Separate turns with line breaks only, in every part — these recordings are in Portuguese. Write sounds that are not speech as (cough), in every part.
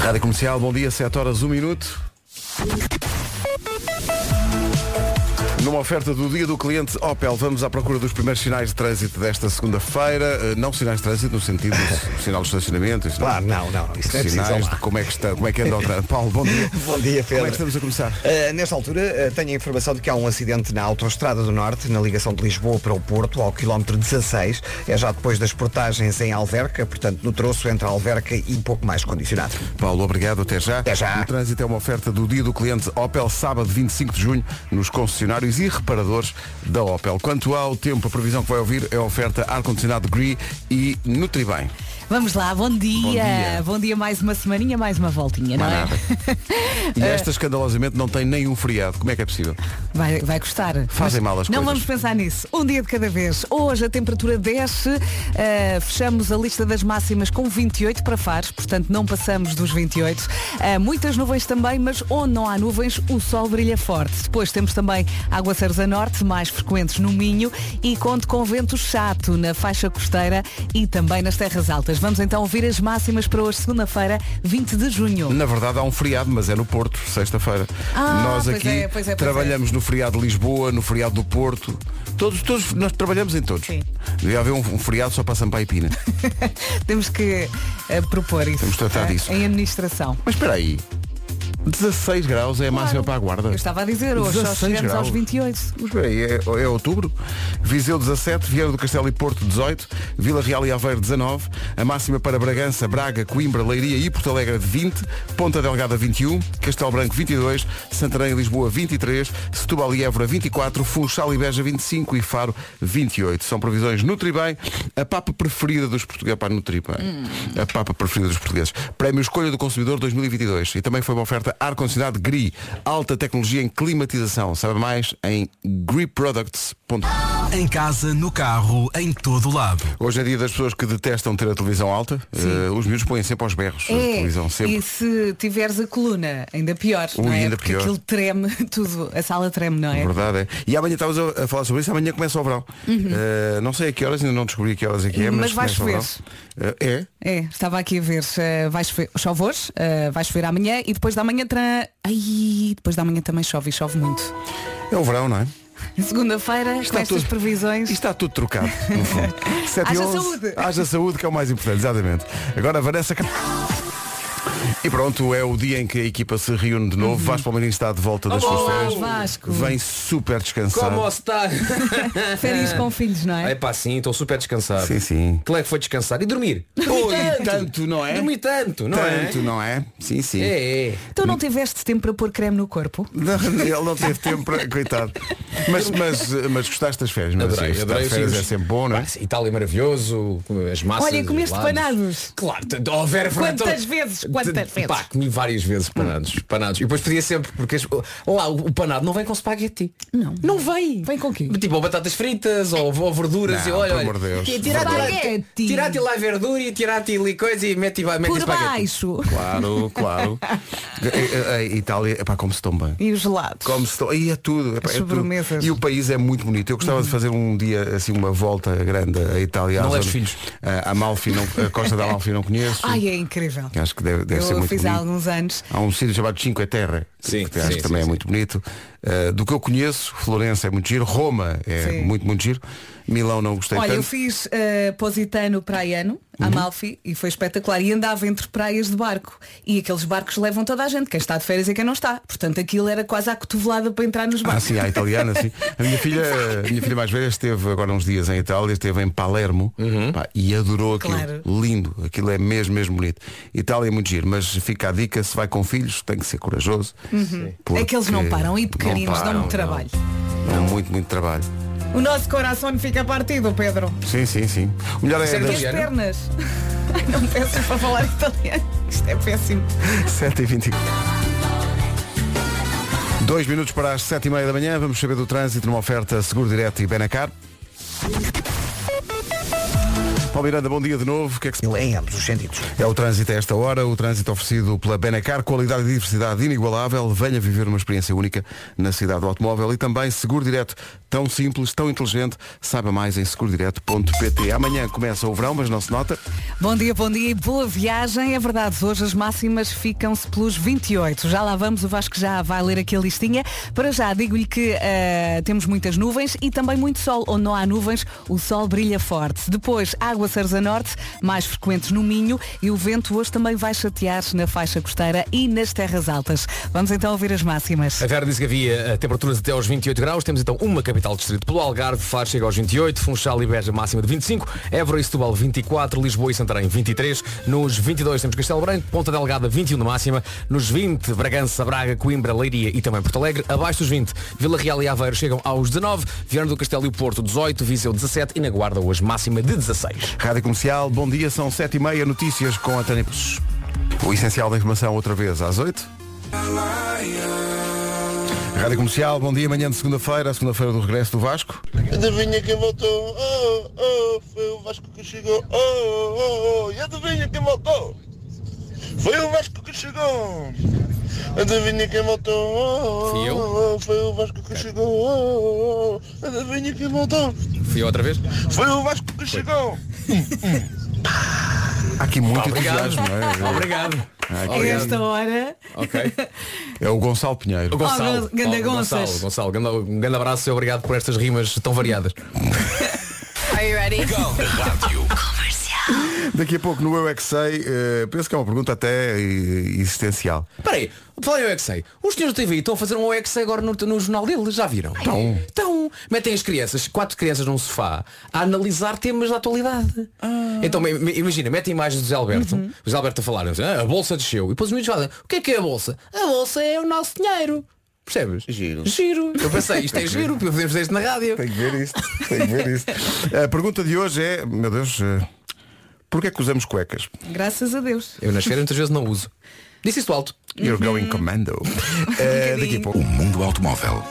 Rádio Comercial, bom dia, 7 horas, 1 minuto. Numa oferta do dia do cliente Opel, vamos à procura dos primeiros sinais de trânsito desta segunda-feira. Eh, Não sinais de trânsito no sentido
(laughs)
do sinal de estacionamento. isso
Claro, não, não, não, isso não é preciso,
sinais
lá.
de como é que está, como é que anda o trânsito. Paulo, bom
(laughs)
dia.
Bom dia, Pedro.
Como é que estamos a começar?
Uh, nesta altura, uh, tenho a informação de que há um acidente na Autoestrada do Norte, na ligação de Lisboa para o Porto, ao quilómetro 16. É já depois das portagens em Alverca, portanto, no troço entre Alverca e um pouco mais condicionado.
Paulo, obrigado, até já.
Até já.
O trânsito é uma oferta do dia do cliente Opel, sábado 25 de junho, nos concessionários e reparadores da Opel. Quanto ao tempo, a previsão que vai ouvir é a oferta ar-condicionado GRI e Nutribem.
Vamos lá, bom dia.
Bom dia.
mais uma semaninha, mais uma voltinha, não,
Mais
é?
nada.
(laughs)
E esta, escandalosamente, não tem nenhum feriado. Como é que é possível?
Vai, vai custar.
Fazem mal as
Não
coisas.
vamos pensar nisso. Um dia de cada vez. Hoje a temperatura desce, eh, fechamos a lista das máximas com 28 para Fares, portanto não passamos dos 28. Eh, muitas nuvens também, mas onde não há nuvens o sol brilha forte. Depois temos também aguaceiros a norte, mais frequentes no Minho e conto com vento chato na faixa costeira e também nas terras altas. Vamos então ouvir as máximas para hoje, segunda-feira, 20 de junho.
Na verdade há um feriado, mas é no Porto, sexta-feira.
Ah,
nós
pois
aqui
é, pois é, pois
trabalhamos no feriado de Lisboa, no feriado do Porto. Todos, todos, nós trabalhamos em todos.
Sim.
Devia haver um, um feriado só para Sampaio e Pina.
Temos que eh, propor isso.
Temos de tratar
eh,
disso.
Em administração.
Mas espera aí. 16 graus é a máxima para a guarda.
Eu estava a dizer, hoje só
16
chegamos
graus.
aos 28.
Mas espera aí, é, é outubro. Viseu 17, Vieira do Castelo e Porto 18, Vila Real e Aveiro 19, a máxima para Bragança, Braga, Coimbra, Leiria e Porto Alegre de 20, Ponta Delgada 21, Castelo Branco 22, Santarém e Lisboa 23, Setúbal e Évora 24, Funchal e Beja 25 e Faro 28. São previsões Nutribem, a papa preferida dos portugueses. Pá, Nutribem. A papa preferida dos portugueses. Prémio Escolha do Consumidor 2022. E também foi uma oferta ar-condicionado GRI, alta tecnologia em climatização. Sabe mais em griproducts.com.
Em casa, no carro, em todo lado.
Hoje é dia das pessoas que detestam ter a televisão alta. Eh, os miúdos põem sempre aos
É,
berros a televisão, sempre.
É, e se tiveres a coluna, ainda pior,
Ui,
não é?
ainda
Porque
pior.
aquilo treme (laughs) tudo, a sala treme, não é?
Verdade é. E amanhã estavas a a falar sobre isso, amanhã começa o verão. Eh, não sei a que horas, ainda não descobri a que horas é que é, mas,
Uhum. Mas vai
começa o verão. Eh, é?
É, estava aqui a ver, eh, vai chover, chove hoje, eh, vai chover amanhã e depois da manhã tra... Ai, depois da manhã também chove e chove muito.
É o verão, não é?
Segunda-feira, com estas
tudo-
previsões.
Isto está tudo trocado, no
(laughs)
fundo. Sete e
Haja
onze,
saúde.
Haja saúde, que é o mais importante, exatamente. Agora, Vanessa... Cam- E pronto, é o dia em que a equipa se reúne de novo. Vasco Palmeirinho está de volta das suas
Uhum. Olá,
férias.
Oh, Vasco.
Vem super descansado.
Como assim? está?
Férias com filhos, não
É
é?
pá, sim, estou super descansado.
Sim, sim.
Claro que foi descansar. E dormir?
Ui,
Dormi
tanto, não é?
Dormi tanto, não
Tanto,
é?
não é? Sim, sim.
É, é.
Tu não tiveste tempo para pôr creme no corpo?
Não, Ele não teve tempo para. Coitado. Mas, mas, mas gostaste das férias, mas
Adorei, adorei os
férias é
sítios.
sempre bom, não é?
Pá, sim, Itália é maravilhoso, as massas.
Olha, comeste
os lados.
panados.
Claro, t- oh, Vera, Fernando,
Quantas
t-
vezes? Quantas
t-
vezes?
Pá, comi várias vezes panados. panados. E depois pedia sempre, porque as- lá o o panado não vem com espaguete. Não. Não vem.
Vem com quê?
Tipo, ou batatas fritas, ou, ou verduras,
Não,
e olha,
pelo
olha.
amor de Deus.
e Tirate lá,
Espaguete.
tirate lá verdura e tirate ali coisa e mete, mete
Por
espaguete.
baixo.
Claro, claro. (laughs) A, a- a Itália, epá, como se tão bem.
E os lados.
Como se estão. E é tudo. epá,
As
é tudo.
sobremesas. Uhum.
E o país é muito bonito. Eu gostava de fazer um dia assim uma volta grande à Itália.
Não
à
leves
zona-
filhos.
A, a Malfi não, a Costa da Malfi não conheço.
Ai, é incrível.
Acho que deve, deve ser
Eu
muito
fiz há
bonito.
alguns anos.
Há um sítio chamado Cinque Terre,
Sim,
que acho
sim,
que também
sim,
é
sim.
muito bonito. Uh, do que eu conheço, Florença é muito giro, Roma é
Sim.
muito, muito giro. Milão não gostei
Olha, eu
tanto. Uhum.
fiz eh, Positano Praiano, Amalfi, e foi espetacular. E andava entre praias de barco. E aqueles barcos levam toda a gente, quem está de férias e quem não está. Portanto, aquilo era quase à cotovelada para entrar nos
Ah,
barcos.
sim, a italiana, sim. A minha
(laughs)
filha, a minha filha mais velha esteve agora uns dias em Itália, esteve em Palermo pá, e adorou aquilo.
Claro.
Lindo, aquilo é mesmo, mesmo bonito. Itália é muito giro, mas fica a dica, se vai com filhos, tem que ser corajoso. porque
É que eles não param e
não
pequeninos dão
param,
muito trabalho.
não. Dão muito, muito trabalho.
O nosso coração fica partido, Pedro.
Sim, sim, sim. O melhor é
Isso é
das-
E as
Italiano?
pernas. (laughs) não peço para falar italiano. Isto é péssimo.
7 e 20 Dois minutos para as 7 e meia da manhã, vamos saber do trânsito numa oferta Seguro Direto e Benacar. Paulo Miranda, bom dia de novo. O que é que se
Em ambos os sentidos.
É o trânsito a esta hora, o trânsito oferecido pela Benacar, qualidade e diversidade inigualável. Venha viver uma experiência única na cidade do automóvel e também Seguro Direto, tão simples, tão inteligente. Saiba mais em segurodireto.pt. Amanhã começa o verão, mas não se nota.
Bom dia, bom dia e boa viagem. É verdade, hoje as máximas ficam-se pelos 28. Já lá vamos, o Vasco já vai ler aqui a listinha. Para já, digo-lhe que eh, temos muitas nuvens e também muito sol. Onde não há nuvens, o sol brilha forte. Depois, aguaceiros a norte, mais frequentes no Minho e o vento hoje também vai chatear-se na faixa costeira e nas terras altas. Vamos então ouvir as máximas.
A Vera disse que havia eh, temperaturas até aos 28 graus. Temos então uma capital distrito pelo Algarve. Faro chega aos 28. Funchal e Beja máxima de 25. Évora e Setúbal 24. Lisboa e Santarém 23. Nos 22 temos Castelo Branco. Ponta Delgada 21 de máxima. Nos 20 Bragança, Braga, Coimbra, Leiria e também Porto Alegre. Abaixo dos 20 Vila Real e Aveiro chegam aos 19. Viana do Castelo e o Porto 18. Viseu 17. E na Guarda hoje máxima de 16.
Rádio Comercial, bom dia, são 7h30, notícias com a Tânia. Pes- O essencial da informação outra vez às 8 Rádio Comercial, bom dia, amanhã de segunda-feira, a segunda-feira do regresso do Vasco.
um.
Adivinha quem voltou? Oh, oh, foi o Vasco que chegou. Oh, oh, oh. E adivinha quem voltou? Foi o Vasco que chegou. Adivinha quem voltou? Oh,
Fui eu?
oh, oh, foi o Vasco que chegou. Oh, oh, oh. Adivinha quem voltou?
Fui outra vez?
Foi o Vasco que chegou.
Há aqui muito
Obrigado.
entusiasmo,
(laughs)
não é?
Obrigado.
A esta
Obrigado.
hora,
(laughs) Ok.
É o Gonçalo Pinheiro.
O Gonçalo,
Oh, ganda
Oh,
Gonças.
Gonçalo, Gonçalo, ganda- um grande abraço e obrigado por estas rimas tão variadas.
Are you ready?
Daqui a pouco no Eu É Que Sei, eh, penso que é uma pergunta até eh, existencial.
Espera aí, falei ao EXA. Os senhores da TV estão a fazer um EXA agora no, no jornal deles, já viram? Estão. Estão. Metem as crianças, quatro crianas num sofá, a analisar temas da atualidade. Então me- me- imagina, metem imagens do Zé Alberto, o Zé Alberto a falar, "Ah, a bolsa desceu. E depois os miúdos falam, o que é que é a bolsa? A bolsa é o nosso dinheiro. Percebes? Giro. Giro. Eu pensei, isto é giro, podemos fazer isto na rádio.
Tem que ver isto, tem que ver (laughs) isto. A pergunta de hoje é, meu Deus, eh, porquê é que usamos cuecas?
graças a Deus.
Eu nas férias muitas vezes não uso. Disse isto alto.
You're going commando. Eh, daqui a pouco.
O mundo automóvel.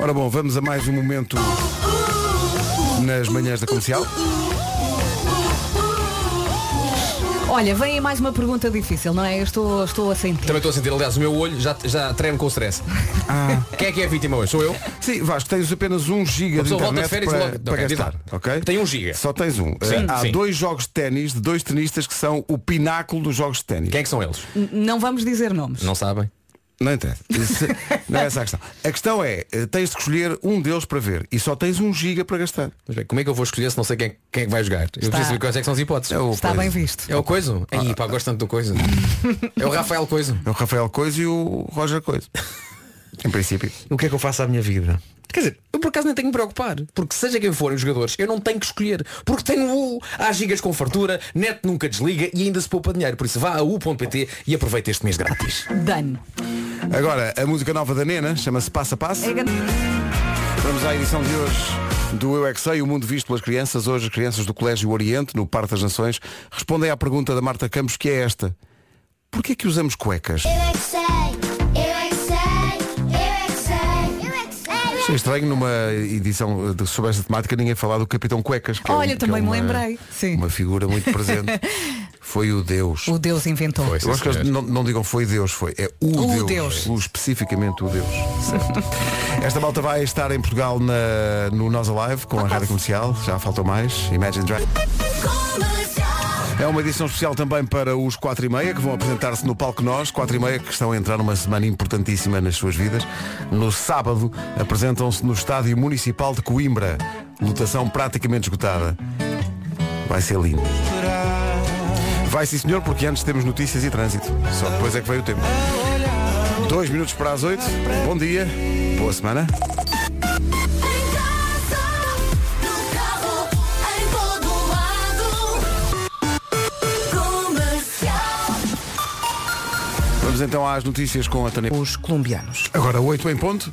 Ora bom, vamos a mais um momento nas manhãs da comercial.
Olha, vem aí mais uma pergunta difícil, não é? Eu estou, estou a sentir.
Também estou a sentir, aliás, o meu olho já, já treme com o stress. Quem é que é a vítima hoje? Sou eu?
Sim, Vasco, tens apenas um giga de
pessoa volta
internet
de férias e
para,
logo-
para
ok, diz
gastar,
lá.
ok?
Tem um giga.
Só tens um. Eh, Há
sim.
dois jogos de ténis de dois tenistas que são o pináculo dos jogos de ténis.
Quem é que são eles?
Não vamos dizer nomes.
Não sabem.
Não interessa.
(laughs)
Isso- não é essa a questão. A questão é, eh, tens de escolher um deles para ver e só tens um giga para gastar.
Mas bem, como é que eu vou escolher se não sei quem, quem é que vai jogar? Eu preciso saber quais é que são as hipóteses. É o,
Está bem visto. Ah.
é o Coiso? Aí, pá, gosto tanto do
(laughs)
Coiso. É o Rafael Coiso.
É o Rafael Coisa e o Roger
(laughs)
Coisa. em princípio.
O que é que eu faço à minha vida? Quer dizer, eu por acaso nem tenho que me preocupar, porque seja quem forem os jogadores, eu não tenho que escolher, porque tenho o U, há gigas com fartura, net nunca desliga e ainda se poupa dinheiro, por isso vá a u.pt e aproveita este mês grátis.
Dano.
Agora, a música nova da Nena chama-se Passa Passa.
É grande-
Vamos à edição de hoje do Eu é Que Sei, o mundo visto pelas crianças. Hoje as crianças do Colégio Oriente, no Parque das Nações, respondem à pergunta da Marta Campos, que é esta. Porquê que usamos cuecas?
Eu é que sei, eu é que sei, eu é que sei, eu é que sei.
Achei estranho numa edição eh, de- sobre esta temática ninguém falar do Capitão Cuecas. que é um-
Olha,
que
também me lembrei. Sim.
Uma figura muito
(laughs)
presente. foi o Deus.
O Deus inventou.
Eu acho que eles não, não digam foi Deus, foi. É o,
O
Deus.
Deus.
O especificamente o Deus. Esta malta vai estar em Portugal na- no Nós Alive com a rádio comercial. Já faltou mais. Imagine Dragons. É uma edição especial também para os 4 e meia que vão apresentar-se no palco Nós, 4 e meia que estão a entrar numa semana importantíssima nas suas vidas. No sábado apresentam-se no Estádio Municipal de Coimbra. Lotação praticamente esgotada. Vai ser lindo. Vai sim senhor, porque antes temos notícias e trânsito. Só depois é que veio o tempo. Dois minutos para as oito. Bom dia. Boa semana.
Em casa, no carro, em todo lado. Comercial.
Vamos então às notícias com a Tânia.
Os colombianos.
Agora 8 em ponto.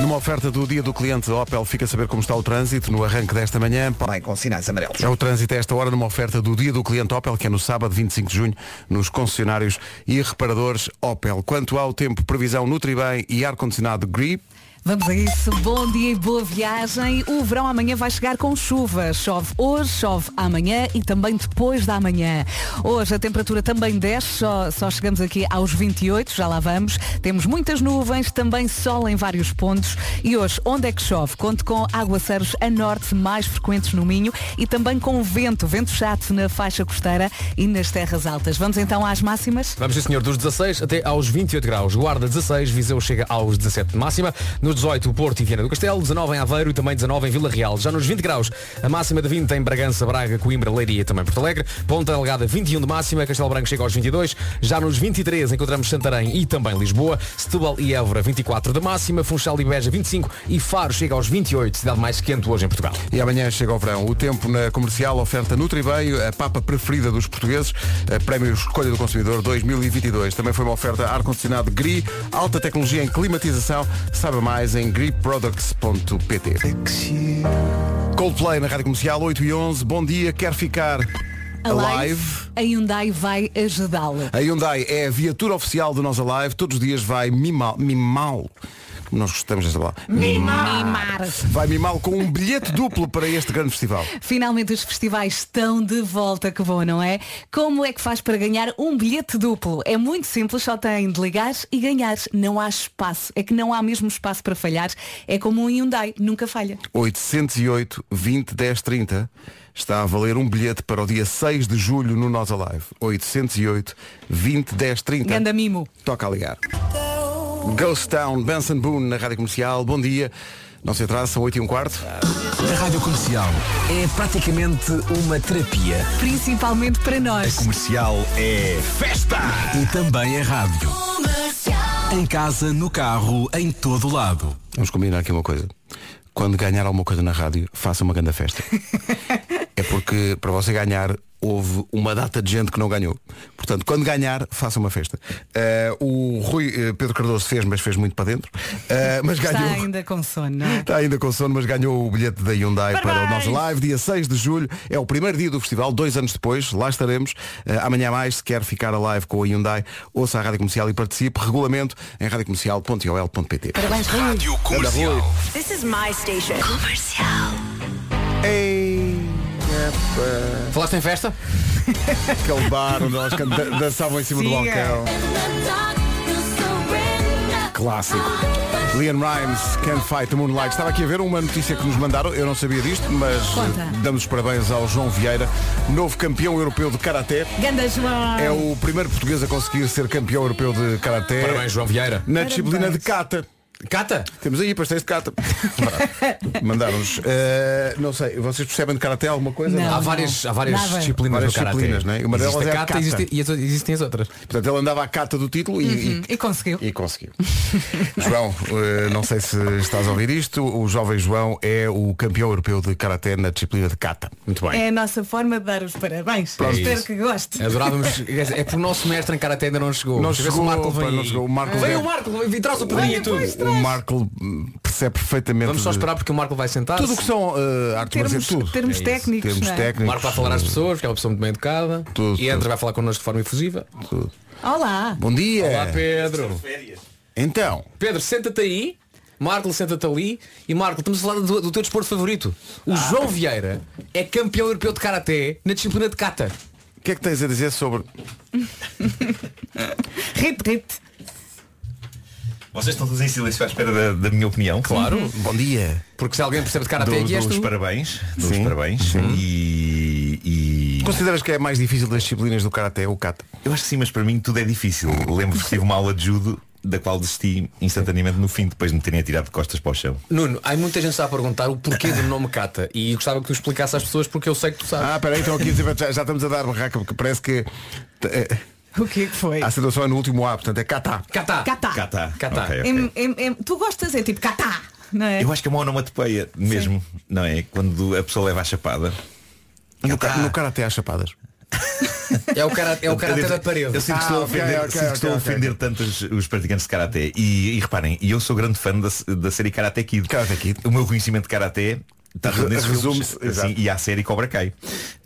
Numa oferta do dia do cliente Opel, fica a saber como está o trânsito no arranque desta manhã.
Bem, com sinais amarelos.
É o trânsito a esta hora numa oferta do dia do cliente Opel, que é no sábado 25 de junho, nos concessionários e reparadores Opel. Quanto ao tempo, previsão Nutribem e ar-condicionado GRI,
Vamos a isso. Bom dia e boa viagem. O verão amanhã vai chegar com chuva. Chove hoje, chove amanhã e também depois da manhã. Hoje a temperatura também desce, só, só chegamos aqui aos 28, já lá vamos. Temos muitas nuvens, também sol em vários pontos. E hoje, onde é que chove? Conto com aguaceiros a norte mais frequentes no Minho e também com vento, vento chato na faixa costeira e nas terras altas. Vamos então às máximas?
Vamos sim, senhor, dos 16 até aos 28 graus. Guarda 16, Viseu chega aos 17 de máxima. Nos 18, Porto e Viana do Castelo, 19 em Aveiro e também 19 em Vila Real. Já nos 20 graus, a máxima de 20 em Bragança, Braga, Coimbra, Leiria e também Porto Alegre. Ponta Delgada, 21 de máxima, Castelo Branco chega aos 22. Já nos 23 encontramos Santarém e também Lisboa, Setúbal e Évora, 24 de máxima, Funchal e Beja, 25 e Faro chega aos 28, cidade mais quente hoje em Portugal.
E amanhã chega o verão. O tempo na comercial oferta Nutriveio, a papa preferida dos portugueses, a Prémio Escolha do Consumidor 2022. Também foi uma oferta ar-condicionado GRI, alta tecnologia em climatização. Saiba mais em griproducts.pt. Coldplay na Rádio Comercial 8 e 11. Bom dia, quer ficar alive?
A Hyundai vai ajudá-lo.
A Hyundai é a viatura oficial do Nós Alive. Todos os dias vai mimal, mimal. como Nós gostamos desta palavra.
Mimar.
Vai mimal com um bilhete duplo para este grande festival.
Finalmente os festivais estão de volta, que bom, não é? Como é que faz para ganhar um bilhete duplo? É muito simples, só tem de ligar e ganhar. Não há espaço. É que não há mesmo espaço para falhar. É como um Hyundai, nunca falha.
Tá.
808 20 10 30 está a valer um bilhete para o dia 6 de julho no Nós Alive. 808 20 10 30.
Ganda mimo.
Toca a ligar. Ghost Town, Benson Boone na Rádio Comercial. Bom dia. Não se atrasa, são 8 e um quarto.
A Rádio Comercial é praticamente uma terapia.
Principalmente para nós.
Comercial é festa! E também é rádio. Em casa, no carro, em todo lado.
Vamos combinar aqui uma coisa. Quando ganhar alguma coisa na rádio, faça uma grande festa. é porque para você ganhar houve uma data de gente que não ganhou. Portanto, quando ganhar, faça uma festa. Eh, o Rui eh, Pedro Cardoso fez, mas fez muito para dentro. Eh, mas
Está
ganhou.
Tá ainda com sono, não é?
Está ainda com sono, mas ganhou o bilhete da Hyundai para o nosso live, dia 6 de julho. É o primeiro dia do festival, dois anos depois, lá estaremos. Eh, amanhã mais, se quer ficar a live com a Hyundai, ouça a Rádio Comercial e participe. Regulamento em radiocomercial.ol.pt
Parabéns, Rui.
Rádio Comercial.
This is my station.
Ei,
Falaste em festa?
aquele bar onde elas canta- dançavam em cima do
Siga.
balcão. Clássico. Leon Rimes, Can't Fight the Moonlight. Estava aqui a ver uma notícia que nos mandaram, eu não sabia disto, mas
Conta.
eh, damos os parabéns ao João Vieira, novo campeão europeu de Karaté.
Ganda João.
É o primeiro português a conseguir ser campeão europeu de Karaté
Parabéns, João Vieira.
na disciplina de kata.
Cata!
Temos aí pastéis de
(laughs)
kata. Mandaram-nos. Eh, não sei, vocês percebem de Karaté alguma coisa?
Não.
Há várias, há várias
Nada.
disciplinas
Várias
do karate.
disciplinas, não é? Uma delas
existe
é
a
a
kata,
kata.
existe- e as outras- existem as outras.
Portanto, ele andava à cata do título e- e,
E conseguiu.
E conseguiu. (laughs) João, eh, não sei se estás a ouvir isto, o jovem João é o campeão europeu de karaté na disciplina de kata.
Muito bem.
É a nossa forma de dar os parabéns.
Pronto.
Espero
Isso.
que goste.
Adorávamos. É porque o nosso mestre em karate ainda não chegou.
Não
Se tivesse
chegou,
o Marco
pá,
vem.
não chegou. O Marco
vem
vem.
o Marco, vem, traz o pedrinho e tudo.
O Marco hum, percebe perfeitamente.
Vamos só
de-
esperar porque o Marco vai sentar.
Tudo o que são eh, artes
Termos,
marciais, tudo.
termos
É isso.
técnicos.
Termos
não é?
técnicos.
O Marco vai falar às pessoas, porque é uma pessoa muito bem educada.
Tudo,
e entra
tudo.
vai falar connosco de forma efusiva.
Olá.
Bom dia.
Olá Pedro.
Então,
Pedro, senta-te aí. Marco, senta-te ali. E Marco, estamos a falar do, do teu desporto favorito. O João Vieira é campeão europeu de karaté na disciplina de kata.
o que é que tens a dizer sobre.
Rip, rip.
Vocês estão todos em silêncio à espera da, da minha opinião. Claro.
Bom dia.
Porque se alguém percebe de
Dou,
karaté aqui és
dou os
tu.
parabéns. Dou os
Sim,
parabéns. E, e-
Consideras que é mais difícil das disciplinas do karaté, o kata?
Eu acho que sim, mas para mim tudo é difícil. Lembro que tive uma aula de judo da qual desisti instantaneamente no fim, depois de me terem atirado de costas para o chão.
Nuno, há muita gente que está a perguntar o porquê do nome kata. E eu gostava que tu explicasse às pessoas porque eu sei que tu sabes.
Ah, peraí, estão aqui a dizer, já, já estamos a dar barraca, porque parece que eh,
O que é que foi?
a situação é no último A, portanto é kata.
Kata.
Catá.
Cá está.
Cá está.
Ok, ok.
Ah, Em- em- em- tu gostas, é tipo catá, não é?
É, Eu acho que é uma onomatopeia mesmo, não é? Quando a pessoa leva a chapada.
No, ca- no karaté há chapadas.
É o karaté, é o karaté da parede.
Eu sinto
Ah,
que estou a
ok,
ofender,
ok,
sinto que estou a
ok, ok.
ofender tanto os, os praticantes de Karaté. E, e reparem, e eu sou grande fã da, da série Karate Kid.
Karate Kid.
O meu conhecimento de Karaté está tudo
Re-
nesses
resume-se,
filmes.
exato.
Sim, e à série Cobra Kai.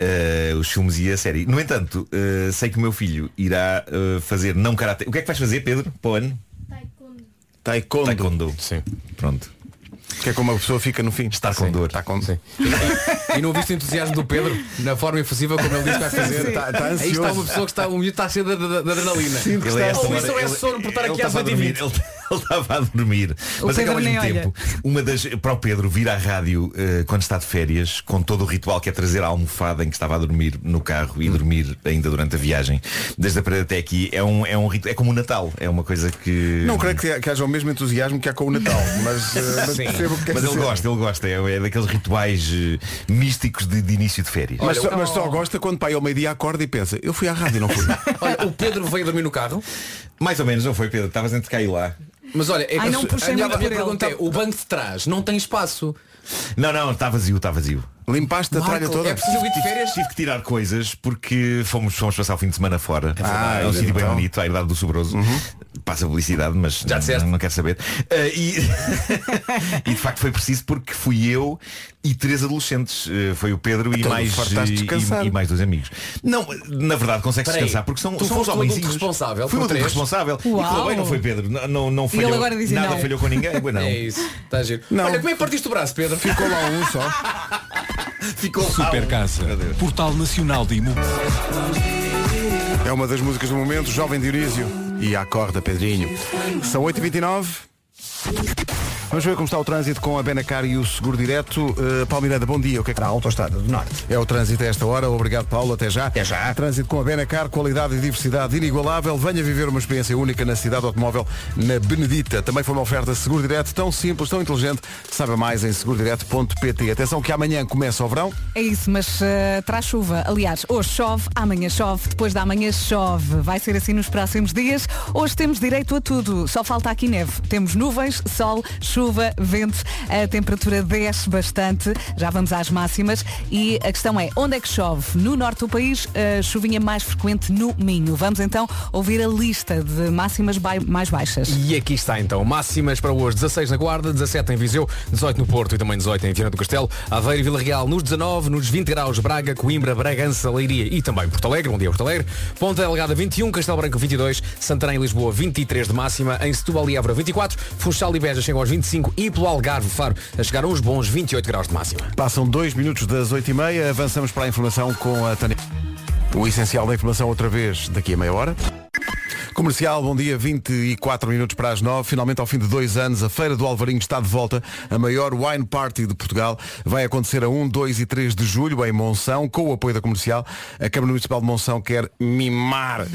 Eh, os filmes e a série. No entanto, eh, sei que o meu filho irá eh, fazer não Karaté. O que é que vais fazer, Pedro, para o ano?
Taekwondo.
Taekwondo.
Sim.
Pronto.
Tá Que é como a pessoa fica no fim.
Está com dor.
Está com
Sim. E não ouviste o entusiasmo do Pedro na forma efusiva como ele diz que vai fazer.
sim. Tá- tá
Aí está
ansioso.
uma pessoa que está, um miúdo está cheio de, de- de adrenalina.
Ele é essa
Ou isso
hora-
ou é
ele-
sono por estar
ele tá
aqui às
estava a
8 e
dormir,
20
Ele (laughs) ele estava a dormir.
O
Mas é que
Pedro
ao mesmo
nem olha.
tempo, uma das, para o Pedro vir à rádio eh, quando está de férias, com todo o ritual que é trazer a almofada em que estava a dormir no carro e dormir ainda durante a viagem, desde a parede até aqui, é um, é um ritual, é como o Natal, é uma coisa que.
Não creio que, que haja o mesmo entusiasmo que há com o
(laughs)
Natal, mas, eh, mas
Sim.
percebo o que quer
Mas ele
dizer.
gosta, ele gosta, é, é daqueles rituais eh, místicos de, de início de férias.
Mas, só,
oh.
mas só gosta quando pai ao meio-dia acorda e pensa, eu fui à rádio, não
(laughs)
fui.
Olha, o Pedro veio dormir no carro,
mais ou menos, não foi Pedro, estavas entre cá e lá.
mas olha, é
Ai, não puxei
a minha,
muito
a minha
por ele,
pergunta é, o banco de trás não tem espaço.
Não, não, está vazio, está vazio.
Limpaste a tralha
Michael,
toda.
é preciso ir de férias?
Tive que tirar coisas porque fomos, fomos passar o fim de semana fora.
verdade.
ah, é um sítio bem
Então.
bonito, a herdade do Sobroso. Passa a publicidade, mas
Uhum. Já disseste.
não, não quero saber. Ah, e... (laughs) e de facto foi preciso porque fui eu e três adolescentes. Ah, foi o Pedro e
Então,
mais ah,
fartaste
e-
descansar.
e, mais dois amigos. Não, na verdade consegue
Peraí,
descansar porque são,
tu
são
foste
os
o
homens.
adulto responsável
Fui o
por
adulto
três?
responsável. E
Uau.
falou bem, não foi Pedro. Não, não, não falhou,
agora dizem
nada
não.
falhou com ninguém. Pois
(laughs)
não.
É isso, está giro.
Não.
Olha, como é que partiste o braço, Pedro?
Ficou lá um só.
Ficou
Super Casa.
Meu Deus.
Portal Nacional de Imo.
É uma das músicas do momento, Jovem Dionísio. E acorda, Pedrinho. São 8h29. Vamos ver como está o trânsito com a Benacar e o Seguro Direto. Uh, Paulo Miranda, bom dia. O que é que
Para a Autostrada do Norte.
É o trânsito a esta hora. Obrigado, Paulo. Até já.
Até já.
Trânsito com a Benacar, qualidade e diversidade inigualável. Venha viver uma experiência única na cidade automóvel, na Benedita. Também foi uma oferta Seguro Direto, tão simples, tão inteligente. Saiba mais em segurodireto.pt. Atenção que amanhã começa o verão.
É isso, mas eh, traz chuva. Aliás, hoje chove, amanhã chove, depois da manhã chove. Vai ser assim nos próximos dias. Hoje temos direito a tudo, só falta aqui neve. Temos nuvens, sol, chuva, vento. A temperatura desce bastante, já vamos às máximas. E a questão é, onde é que chove? No norte do país, a chuvinha mais frequente no Minho. Vamos então ouvir a lista de máximas bai- mais baixas.
E aqui está então, máximas para hoje 16 na Guarda, 17 em Viseu 18 no Porto e também 18 em Viana do Castelo Aveiro e Vila Real nos 19, nos 20 graus Braga, Coimbra, Bragança, Leiria e também Porto Alegre, bom dia Porto Alegre Ponta Delgada 21, Castelo Branco 22 Santarém e Lisboa 23 de máxima em Setúbal e Évora 24, Funchal e Beja chegam aos 25 e pelo Algarve Faro a chegar a uns bons 28 graus de máxima
Passam dois minutos das 8h30. Avançamos para a informação com a Tânia. O essencial da informação outra vez daqui a meia hora. Comercial, bom dia, 24 minutos para as 9. Finalmente, ao fim de dois anos, a Feira do Alvarinho está de volta. A maior wine party de Portugal vai acontecer a 1, 2 e 3 de julho em Monção, com o apoio da comercial. A Câmara Municipal de Monção quer mimar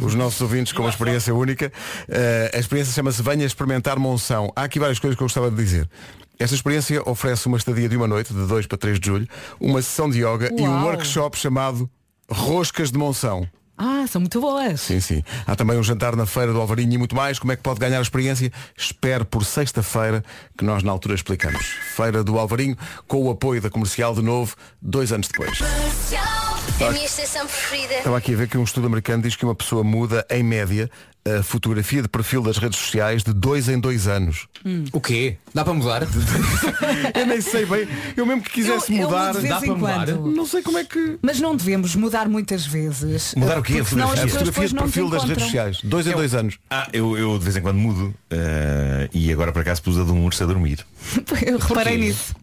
os nossos ouvintes com uma experiência única. Eh, a experiência chama-se Venha Experimentar Monção. Há aqui várias coisas que eu gostava de dizer. Esta experiência oferece uma estadia de uma noite, de 2 para 3 de julho, uma sessão de yoga e um
Uau.
workshop chamado Roscas de Monção.
Ah, são muito boas.
Sim, sim. Há também um jantar na feira do Alvarinho e muito mais. Como é que pode ganhar a experiência? Espere por sexta-feira que nós na altura explicamos. Feira do Alvarinho, com o apoio da comercial de novo, dois anos depois.
É a minha estação preferida.
Estava aqui a ver que um estudo americano diz que uma pessoa muda, em média, a fotografia de perfil das redes sociais de dois em dois anos.
Hum.
O quê? Dá para mudar?
(laughs) Eu nem sei bem. Eu mesmo que quisesse
Eu- eu
mudar.
mudo de
dá
vez em
para mudar?
quando.
Não sei como é que.
Mas não devemos mudar muitas vezes.
Mudar o quê? A
Porque senão as
fotografia?
A
pessoas
fotografia
depois
de
não te
perfil das redes
encontram.
sociais. Dois em dois anos.
Ah, eu, eu de vez em quando mudo eh, e agora por acaso pus a de um urso a dormir.
(laughs) Eu reparei
Porquê?
nisso.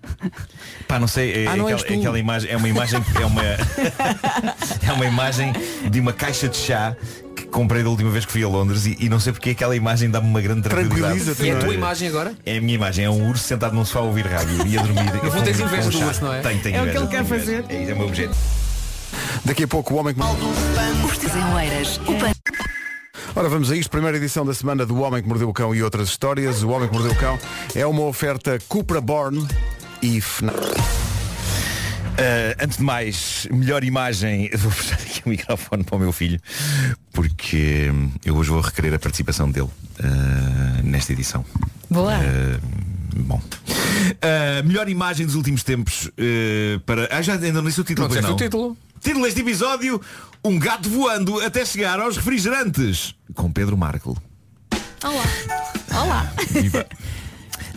Pá, não sei, é,
Ah, não
aquela,
és tu.
é aquela imagem, é uma imagem, é uma, é uma imagem de uma caixa de chá que comprei da última vez que fui a Londres e, e não sei porque aquela imagem dá-me uma grande tranquilidade.
Tranquiliza-te,
E é a
não
tua imagem agora?
É a minha imagem, é um urso sentado num sofá a ouvir rádio e a (laughs) dormir.
No fundo,
Com-
tens
com
inveja
um
do
chá.
urso, não é?
Tenho, tenho
É o que
inveja,
ele quer
tenho inveja.
fazer.
É, isso, é o meu objeto.
Daqui a pouco o homem que.
Os Oeiras. O pan...
Ora, vamos a isto. Primeira edição da semana do Homem que Mordeu o Cão e outras histórias. O Homem que Mordeu o Cão é uma oferta Cupra Born e FNAC.
Ah, antes de mais, melhor imagem, vou puxar aqui o microfone para o meu filho, porque hum, eu hoje vou requerer a participação dele ah, nesta edição.
Boa.
Eh, bom. Eh, melhor imagem dos últimos tempos eh, para. Ah, já ainda não disse o título,
Não
pois
disseste
não.
o título.
Título deste episódio: Um gato voando até chegar aos refrigerantes. Com Pedro Marco.
Olá. Olá.
Viva. (laughs)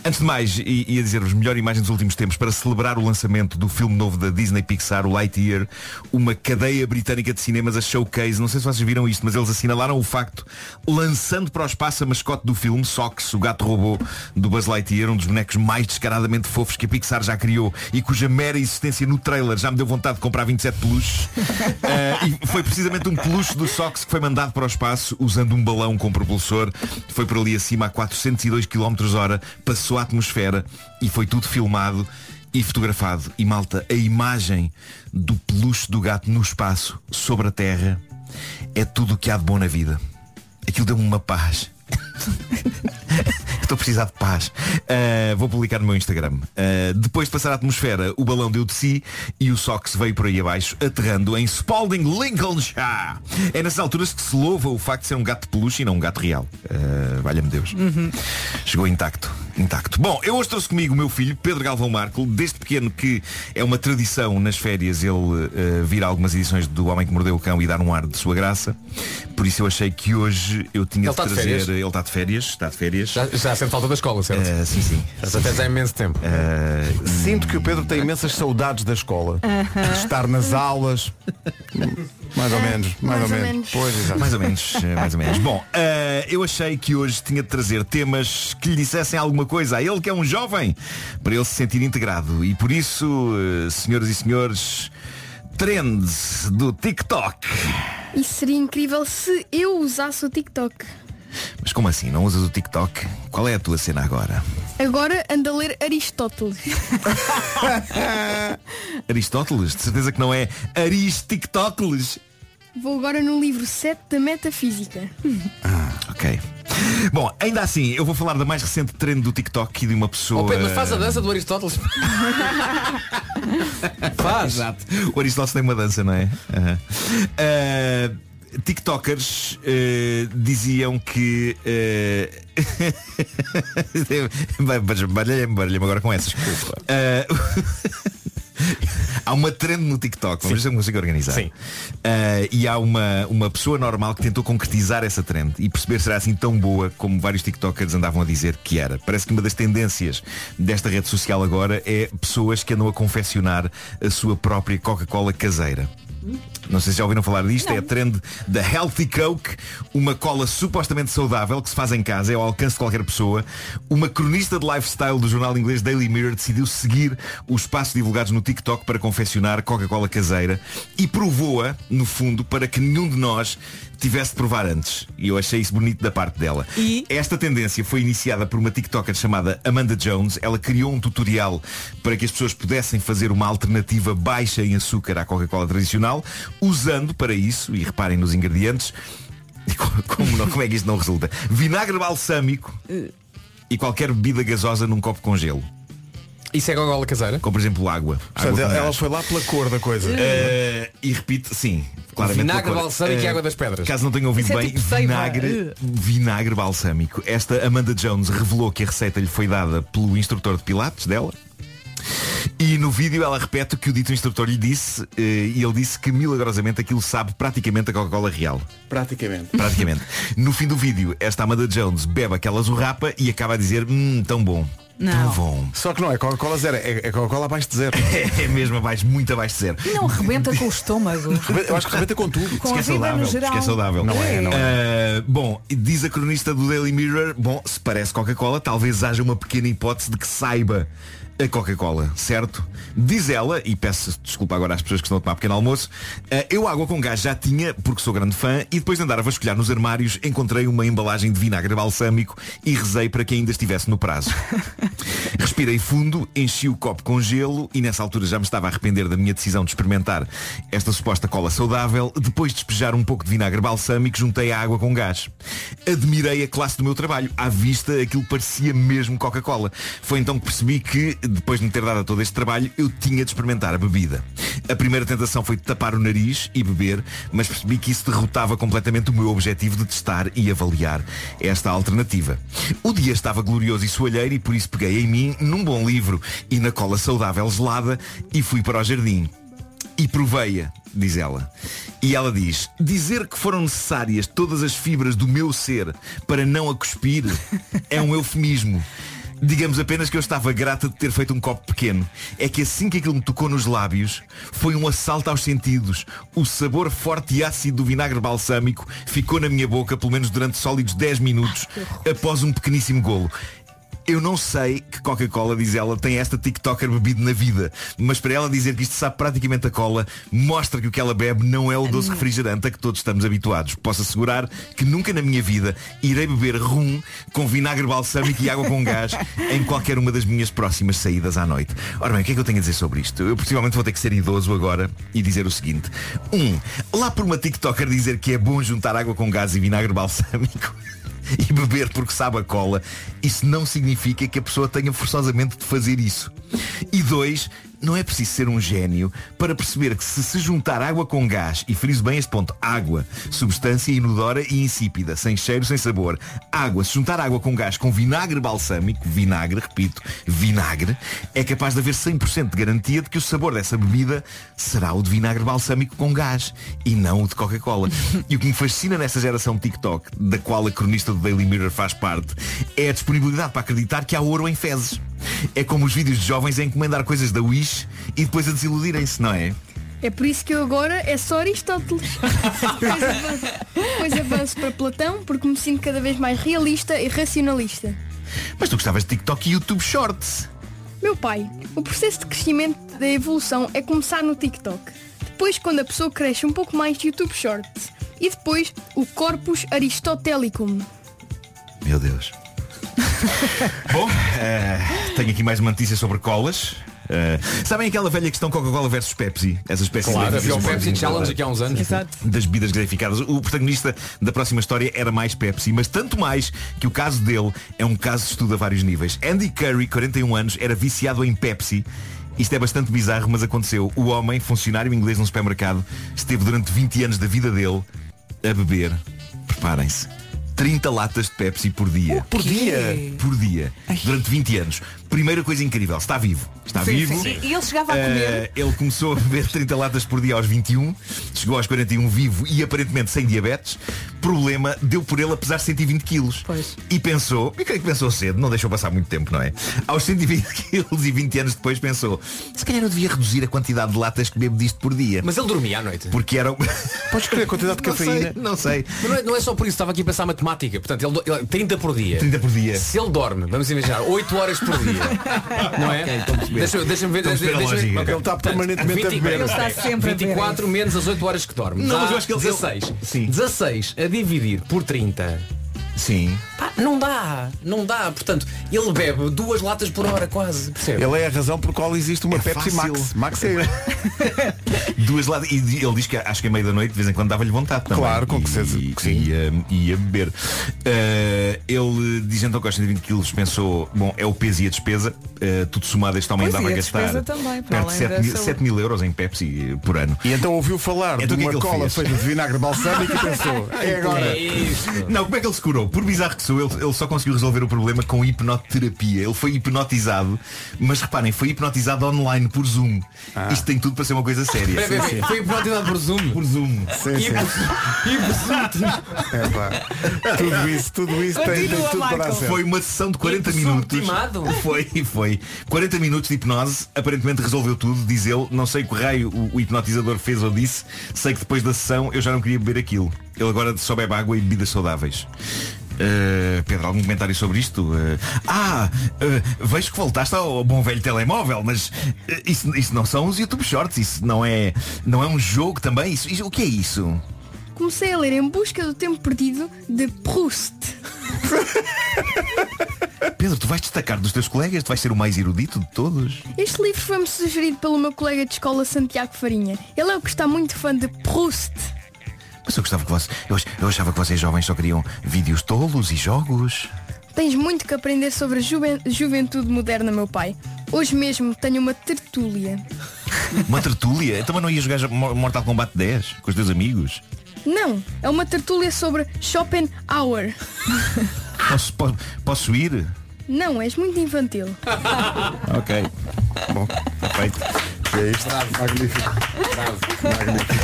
Antes de mais, i- ia dizer-vos melhor imagem dos últimos tempos para celebrar o lançamento do filme novo da Disney Pixar, o Lightyear, uma cadeia britânica de cinemas a showcase. Não sei se vocês viram isto, mas eles assinalaram o facto, lançando para o espaço a mascote do filme, Sox, o gato robô do Buzz Lightyear, um dos bonecos mais descaradamente fofos que a Pixar já criou e cuja mera existência no trailer já me deu vontade de comprar 27 peluches. (laughs) Ah, e foi precisamente um peluche do Sox que foi mandado para o espaço usando um balão com propulsor. Foi por ali acima a 402 km hora, passou a atmosfera e foi tudo filmado e fotografado. E malta, a imagem do peluche do gato no espaço, sobre a terra, é tudo o que há de bom na vida. Aquilo deu-me uma paz. Estou a precisar de paz. Ah, vou publicar no meu Instagram. Ah, depois de passar a atmosfera, o balão deu de si e o Sox veio por aí abaixo, aterrando em Spalding, Lincolnshire. É nessas alturas que se louva o facto de ser um gato de peluche e não um gato real. Ah, Valha-me Deus. Chegou intacto. Intacto. Bom, eu hoje trouxe comigo o meu filho, Pedro Galvão Marco, desde pequeno que é uma tradição nas férias ele eh, vir a algumas edições do Homem que Mordeu o Cão e dar um ar de sua graça. Por isso eu achei que hoje eu
Ele
tinha de
está de
trazer.
férias?
ele está de férias, está de férias. Já,
já sente falta da escola, certo?
Eh, sim, É, sim.
Já sente há imenso tempo.
Sinto que o Pedro tem imensas saudades da escola.
Aham.
De estar nas aulas. mais
É,
ou menos, mais, ou, menos. Pois, exato.
Mais ou menos, eh, mais ou menos. Bom, eh, eu achei que hoje tinha de trazer temas que lhe dissessem alguma coisa a ele que é um jovem, para ele se sentir integrado. E por isso, eh, senhoras e senhores, trends do TikTok.
E seria incrível se eu usasse o TikTok.
Mas como assim? Não usas o TikTok? Qual é a tua cena agora?
Agora ando a ler Aristóteles.
(laughs) Aristóteles? De certeza que não é Aristictóteles?
Vou agora no livro 7 da Metafísica.
Ah, Ok. Bom, ainda assim, eu vou falar da mais recente trend do TikTok e de uma pessoa.
Ó Pedro, mas faz a dança do Aristóteles.
Faz. Exato. (laughs) O Aristóteles tem uma dança, não é? Aham. Ah, TikTokers eh, diziam que. eh, (laughs) Vai, Baralhei-me baralhei-me agora com essas. Ah, Há uma trend no TikTok, vamos ver se eu consigo organizar. Sim. e há uma, uma pessoa normal que tentou concretizar essa trend e perceber se era assim tão boa como vários TikTokers andavam a dizer que era. Parece que uma das tendências desta rede social agora é pessoas que andam a confeccionar a sua própria Coca-Cola caseira. Não sei se já ouviram falar disto, é a trend da Healthy Coke, uma cola supostamente saudável que se faz em casa, é ao alcance de qualquer pessoa. Uma cronista de lifestyle do jornal inglês Daily Mirror decidiu seguir os passos divulgados no TikTok para confeccionar Coca-Cola caseira e provou-a, no fundo, para que nenhum de nós tivesse de provar antes. E eu achei isso bonito da parte dela. Esta tendência foi iniciada por uma TikToker chamada Amanda Jones. Ela criou um tutorial para que as pessoas pudessem fazer uma alternativa baixa em açúcar à Coca-Cola tradicional, usando para isso, e reparem nos ingredientes, (laughs) como, não- como é que isto não resulta? Vinagre balsâmico e qualquer bebida gasosa num copo com gelo.
Isso é Coca-Cola caseira?
Como por exemplo água.
Portanto,
Água com
ela, ela
gás.
foi lá pela cor da coisa. É,
Eh, e repito, sim. Claramente
Vinagre
pela cor.
balsâmico e água das pedras.
Caso não tenham ouvido
Isso é
bem,
tipo seiva.
vinagre, vinagre balsâmico. Esta Amanda Jones revelou que a receita lhe foi dada pelo instrutor de Pilates dela. E no vídeo ela repete o que o dito instrutor lhe disse eh, e ele disse que milagrosamente aquilo sabe praticamente a Coca-Cola real.
Praticamente.
Praticamente. no fim do vídeo, esta Amanda Jones bebe aquela zurrapa e acaba a dizer, hum, tão bom. Tão bom. (laughs)
Só que não é Coca-Cola zero, é, é Coca-Cola abaixo de zero.
é mesmo abaixo, muito abaixo de zero.
Não rebenta com o estômago.
Eu acho que rebenta com tudo.
Com a
Diz que é
vida
saudável,
no
diz que
geral.
é saudável.
Não é, não
Ah, bom, diz a cronista do Daily Mirror, bom, se parece Coca-Cola, talvez haja uma pequena hipótese de que saiba a Coca-Cola, certo? Diz ela, e peço desculpa agora às pessoas que estão a tomar pequeno almoço, ah, eu água com gás já tinha, porque sou grande fã, e depois de andar a vasculhar nos armários, encontrei uma embalagem de vinagre balsâmico e rezei para que ainda estivesse
(laughs)
no prazo. Respirei fundo, enchi o copo com gelo e nessa altura já me estava a arrepender da minha decisão de experimentar esta suposta cola saudável. Depois de despejar um pouco de vinagre balsâmico, juntei a água com gás. Admirei a classe do meu trabalho. À vista, aquilo parecia mesmo Coca-Cola. Foi então que percebi que, depois de me ter dado a todo este trabalho, eu tinha de experimentar a bebida. A primeira tentação foi tapar o nariz e beber, mas percebi que isso derrotava completamente o meu objetivo de testar e avaliar esta alternativa. O dia estava glorioso e soalheiro e por isso peguei em mim num bom livro e na cola saudável gelada e fui para o jardim. E provei-a, diz ela. E ela diz, dizer que foram necessárias todas as fibras do meu ser para não a cuspir é um eufemismo. Digamos apenas que eu estava grata de ter feito um copo pequeno. É que assim que aquilo me tocou nos lábios, foi um assalto aos sentidos. O sabor forte e ácido do vinagre balsâmico ficou na minha boca pelo menos durante sólidos 10 minutos após um pequeníssimo golo. Eu não sei que Coca-Cola, diz ela, tem esta TikToker bebido na vida, mas para ela dizer que isto sabe praticamente a cola, mostra que o que ela bebe não é o doce refrigerante a que todos estamos habituados. Posso assegurar que nunca na minha vida irei beber rum com vinagre balsâmico e água com gás em qualquer uma das minhas próximas saídas à noite. Ora bem, o que é que eu tenho a dizer sobre isto? Eu possivelmente vou ter que ser idoso agora e dizer o seguinte. Um, lá por uma TikToker dizer que é bom juntar água com gás e vinagre balsâmico (laughs) e beber porque sabe a cola, isso não significa que a pessoa tenha forçosamente de fazer isso. E dois, não é preciso ser um gênio para perceber que se se juntar água com gás, e friso bem este ponto, água, substância inodora e insípida, sem cheiro, sem sabor, água, se juntar água com gás com vinagre balsâmico, vinagre, repito, vinagre, é capaz de haver 100% de garantia de que o sabor dessa bebida será o de vinagre balsâmico com gás e não o de Coca-Cola. E o que me fascina nessa geração TikTok, da qual a cronista do Daily Mirror faz parte, é a disponibilidade para acreditar que há ouro em fezes. É como os vídeos de jovens a encomendar coisas da Wish e depois a desiludirem-se, não é?
É por isso que eu agora é só Aristóteles.
(laughs)
depois, avanço, depois avanço para Platão porque me sinto cada vez mais realista e racionalista.
Mas tu gostavas de TikTok e YouTube Shorts.
Meu pai, o processo de crescimento da evolução é começar no TikTok. Depois, quando a pessoa cresce um pouco mais, YouTube Shorts. E depois, o Corpus Aristotelicum.
Meu Deus. (laughs) Bom, eh, tenho aqui mais uma notícia sobre colas. Eh, sabem aquela velha questão Coca-Cola versus Pepsi? Essa espécie
Claro,
de
havia o Pepsi Challenge aqui há uns anos. Exato.
Das bebidas gaseificadas. O protagonista da próxima história era mais Pepsi, mas tanto mais que o caso dele é um caso de estudo a vários níveis. Andy Curry, 41 anos, era viciado em Pepsi. Isto é bastante bizarro, mas aconteceu. O homem, funcionário inglês num supermercado, esteve durante 20 anos da vida dele a beber, preparem-se, 30 latas de Pepsi por dia.
Por dia?
Por dia. Durante 20 anos. Primeira coisa incrível, está vivo. Está
Sim,
vivo.
sim. E ele chegava a comer?
Eh, ele começou a beber 30 latas por dia aos 21, chegou aos 41 vivo e aparentemente sem diabetes. Problema, deu por ele a pesar 120 quilos. E pensou, e creio que pensou cedo, não deixou passar muito tempo, não é? Aos 120 (laughs) quilos e 20 anos depois pensou, se calhar eu devia reduzir a quantidade de latas que bebo disto por dia.
Mas ele dormia à noite.
Porque eram.
Podes escolher a quantidade de cafeína.
(laughs) Não sei.
Mas não é, não é só por isso, estava aqui a pensar a matemática. Portanto, ele, do- ele- 30 por dia.
30 por dia.
Se ele dorme, vamos imaginar, 8 horas por
(laughs)
dia. não é? Deixa eu- Deixa-me ver.
então Estamos
Deixa,
pela lógica.
Ele está permanentemente a beber.
Ele está sempre a beber.
24 menos as 8 horas que dorme.
Não,
Dá
mas eu acho que ele-
16.
Sim.
16 a dividir por 30.
Sim.
Pá, não dá, não dá. Portanto, ele bebe duas latas por hora quase. Percebe?
Ele é a razão por qual existe uma
É
Pepsi
fácil.
Max. Max é
(laughs)
ele.
Duas lá E di- ele diz que acho que a meio da noite, de vez em quando, dava-lhe vontade também.
Claro, com
E-
que certeza
E,
que sim.
ia, ia beber. Uh, ele diz então que aos 120 quilos pensou, bom, é o peso e a despesa. uh, tudo somado, este homem
Pois,
andava
e
a
a despesa
gastar
também, para
perto de
além
7
da
mil,
saúde.
7 mil euros em Pepsi eh, por ano.
E então ouviu falar
Então o
de
que
uma
é que ele
cola
fez?
feita de vinagre balsâmico e
(laughs)
pensou, é agora.
É isso.
Não, como é que ele se curou? Por bizarro que sou, ele, ele só conseguiu resolver o problema com hipnoterapia. Ele foi hipnotizado, mas reparem, foi hipnotizado online, por Zoom.
Ah.
Isto tem tudo para ser uma coisa séria.
(laughs)
Bebe, bebe. Foi hipnotizado por Zoom.
Por Zoom.
Sim, sim. Epá, Tudo isso, tudo isso tem, tem
Continua,
tudo para dar
Michael.
certo.
Foi uma sessão de 40
Hipno
minutos.
subtimado.
(laughs) Foi, foi. 40 minutos de hipnose, aparentemente resolveu tudo, diz ele. Não sei que raio o, o hipnotizador fez ou disse. Sei que depois da sessão eu já não queria beber aquilo. Ele agora só bebe água e bebidas saudáveis. Uh, Pedro, algum comentário sobre isto? Uh, ah, uh, vejo que voltaste ao bom velho telemóvel, mas uh, isso, isso não são os YouTube Shorts, isso não é, não é um jogo também. Isso, isso- o que é isso?
Comecei a ler Em Busca do Tempo Perdido de Proust.
Pedro, tu vais destacar dos teus colegas, tu vais ser o mais erudito de todos.
Este livro foi-me sugerido pelo meu colega de escola Santiago Farinha. Ele é o que está muito fã de Proust.
Mas eu gostava que vocês. Eu, ach- eu achava que vocês jovens só queriam vídeos tolos e jogos.
Tens muito que aprender sobre a juven- juventude moderna, meu pai. Hoje mesmo tenho uma tertúlia.
Uma tertúlia. Então mas não ia jogar Mo- Mortal Kombat 10 com os teus amigos.
Não, é uma tertúlia sobre Schopenhauer.
Posso, po- posso ir?
Não, és muito infantil.
Ok. Bom, está feito.
É isto. Magnífico. Magnífico.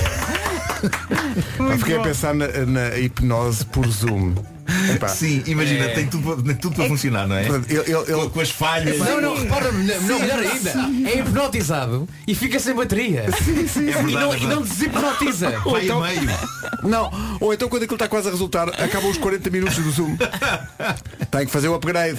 Eu fiquei a pensar na, na hipnose por Zoom.
Sim, imagina, tem tudo, tem tudo para funcionar, não é? Com- Com as falhas.
Não, não, repara, não, não, melhor ainda. É hipnotizado e fica sem bateria.
Sim, sim.
E
É verdade,
não-
é
e não
verdade.
desimpnotiza.
Ou então- Não, ou então quando aquilo está quase a resultar, acabam os 40 minutos do Zoom. Tem que fazer o upgrade.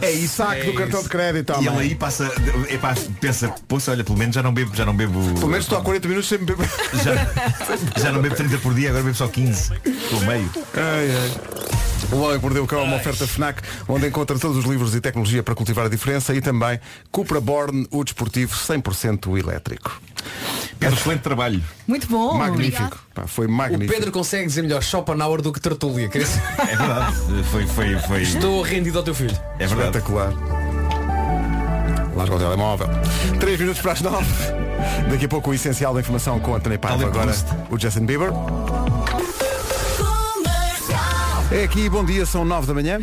É isso. Saco do cartão de crédito,
E
homem.
ele aí passa, epá, pensa, poxa, olha, pelo menos já não bebo, já não bebo.
Pelo menos estou há 40 minutos sem beber.
Já, já não bebo 30 por dia, agora bebo só 15. Pelo meio.
Ai, ai. O Homem que Mordeu o Cão é uma oferta FNAC onde encontra todos os livros e tecnologia para cultivar a diferença e também Cupra Born, o desportivo 100% elétrico.
Pedro, excelente trabalho.
Muito bom.
Magnífico. Pá, foi magnífico.
Pedro consegue dizer melhor Schopenhauer do que Tertulia. quer dizer, (laughs)
É verdade. Foi, foi, foi.
Estou rendido ao teu filho.
É verdade.
Espetacular. Larga o telemóvel. 3 minutos para as 9. Daqui a pouco o essencial da informação com a Tony Paiva. Agora o Justin Bieber. É aqui, bom dia, são 9 da manhã.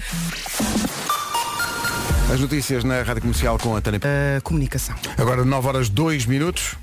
As notícias na Rádio Comercial com a Tânia.
comunicação.
Agora 9 horas 2 minutos.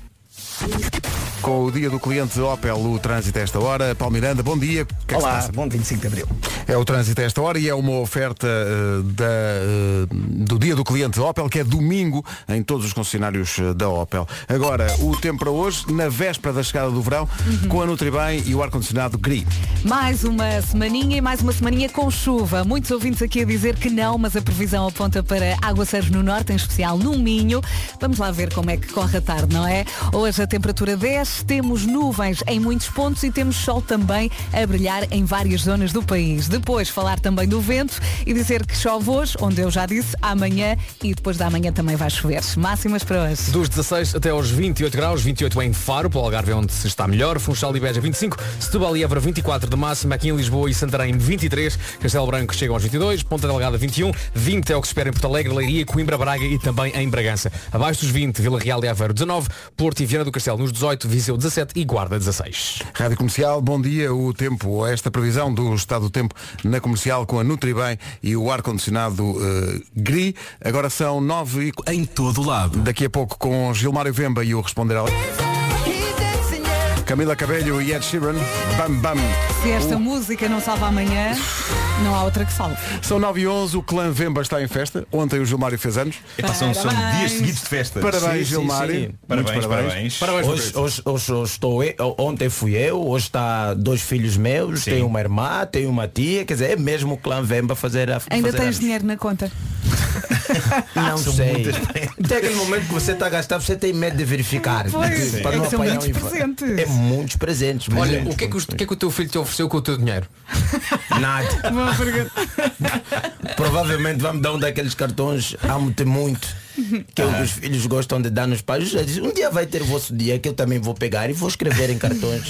Com o dia do cliente Opel, o trânsito a esta hora. Paulo Miranda, bom dia. O que é que se
Olá,
passa?
bom 25 de Abril.
É o trânsito a esta hora e é uma oferta eh, da, eh, do dia do cliente Opel, que é domingo em todos os concessionários eh, da Opel. Agora, o tempo para hoje, na véspera da chegada do verão, com a Nutribem e o ar-condicionado GRI.
Mais uma semaninha e mais uma semaninha com chuva. Muitos ouvintes aqui a dizer que não, mas a previsão aponta para aguaceiros no norte, em especial no Minho. Vamos lá ver como é que corre a tarde, não é? Hoje a temperatura 10, temos nuvens em muitos pontos e temos sol também a brilhar em várias zonas do país. Depois falar também do vento e dizer que chove hoje, onde eu já disse, amanhã e depois da manhã também vai chover. Máximas para hoje.
Dos 16 até aos 28 graus, 28 em Faro, para o Algarve é onde se está melhor, Funchal e Beja 25, Setúbal e Évora 24 de máxima, aqui em Lisboa e Santarém 23, Castelo Branco chegam aos 22, Ponta Delgada 21, 20 é o que se espera em Porto Alegre, Leiria, Coimbra, Braga e também em Bragança. Abaixo dos 20, Vila Real e Aveiro 19, Porto e Viana do Castelo nos 18, Viseu 17 e Guarda 16.
Rádio Comercial, bom dia. O tempo, esta previsão do estado do tempo na comercial com a Nutribem e o ar-condicionado eh, GRI. Agora são 9 e...
Em todo lado.
Daqui a pouco com Gilmário Vemba e o Responder ao... Camila Cabelho e Ed Sheeran. Bam, bam.
Se esta
Uh.
música não salva amanhã, não há outra que salve.
São 9 e 11, o clã Vemba está em festa. Ontem o Gilmário fez anos.
Epá, são- são Parabéns. dias seguidos de festas.
Parabéns,
Sim, sim,
Gilmário.
sim.
Muito
Parabéns, parabéns.
Hoje, hoje, hoje, hoje estou eu, ontem fui eu, hoje está dois filhos meus, tem uma irmã, tem uma tia, quer dizer, é mesmo o clã Vemba fazer a
Ainda
fazer
tens
anos.
dinheiro na conta?
Não sei. (laughs) Até aquele momento que você está a gastar, você tem medo de verificar.
Pois,
Para
é
não
que são
apanhar
muitos
um infarto.
presentes.
É muitos presentes.
Olha,
presentes,
o que, é que, os- o que é que o teu filho te ofereceu com o teu dinheiro?
Nada. Provavelmente vai-me dar um daqueles cartões amo-te muito. Que os filhos gostam de dar nos pais. Eu já disse, um dia vai ter o vosso dia que eu também vou pegar e vou escrever em
(laughs)
cartões.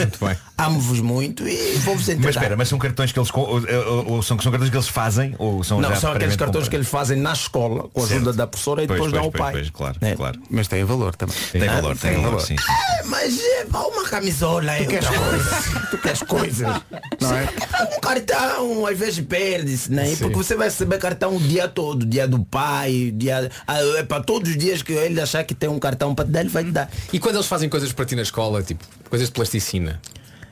Amo-vos muito e vou-vos entregar.
Mas espera, mas são cartões que eles co- ou, ou- ou são, são cartões que eles fazem ou são
Não,
já
são aqueles cartões
previamente comprados?
que eles fazem na escola com a ajuda da professora e
Pois,
depois
pois,
dá ao
pois,
pai. Né?
pois, claro, claro.
Mas tem valor também.
Tem valor, tem, valor, sim, sim.
É, mas é pá, uma camisola é outra coisa. Tu queres coisas. Não é? pá, um cartão, às vezes perde-se, né?
Sim.
Porque você vai receber cartão o dia todo, dia do pai, dia. Ah, É para todos os dias que ele achar que tem um cartão para te dar, ele vai te dar.
E quando eles fazem coisas para ti na escola, tipo, coisas de plasticina,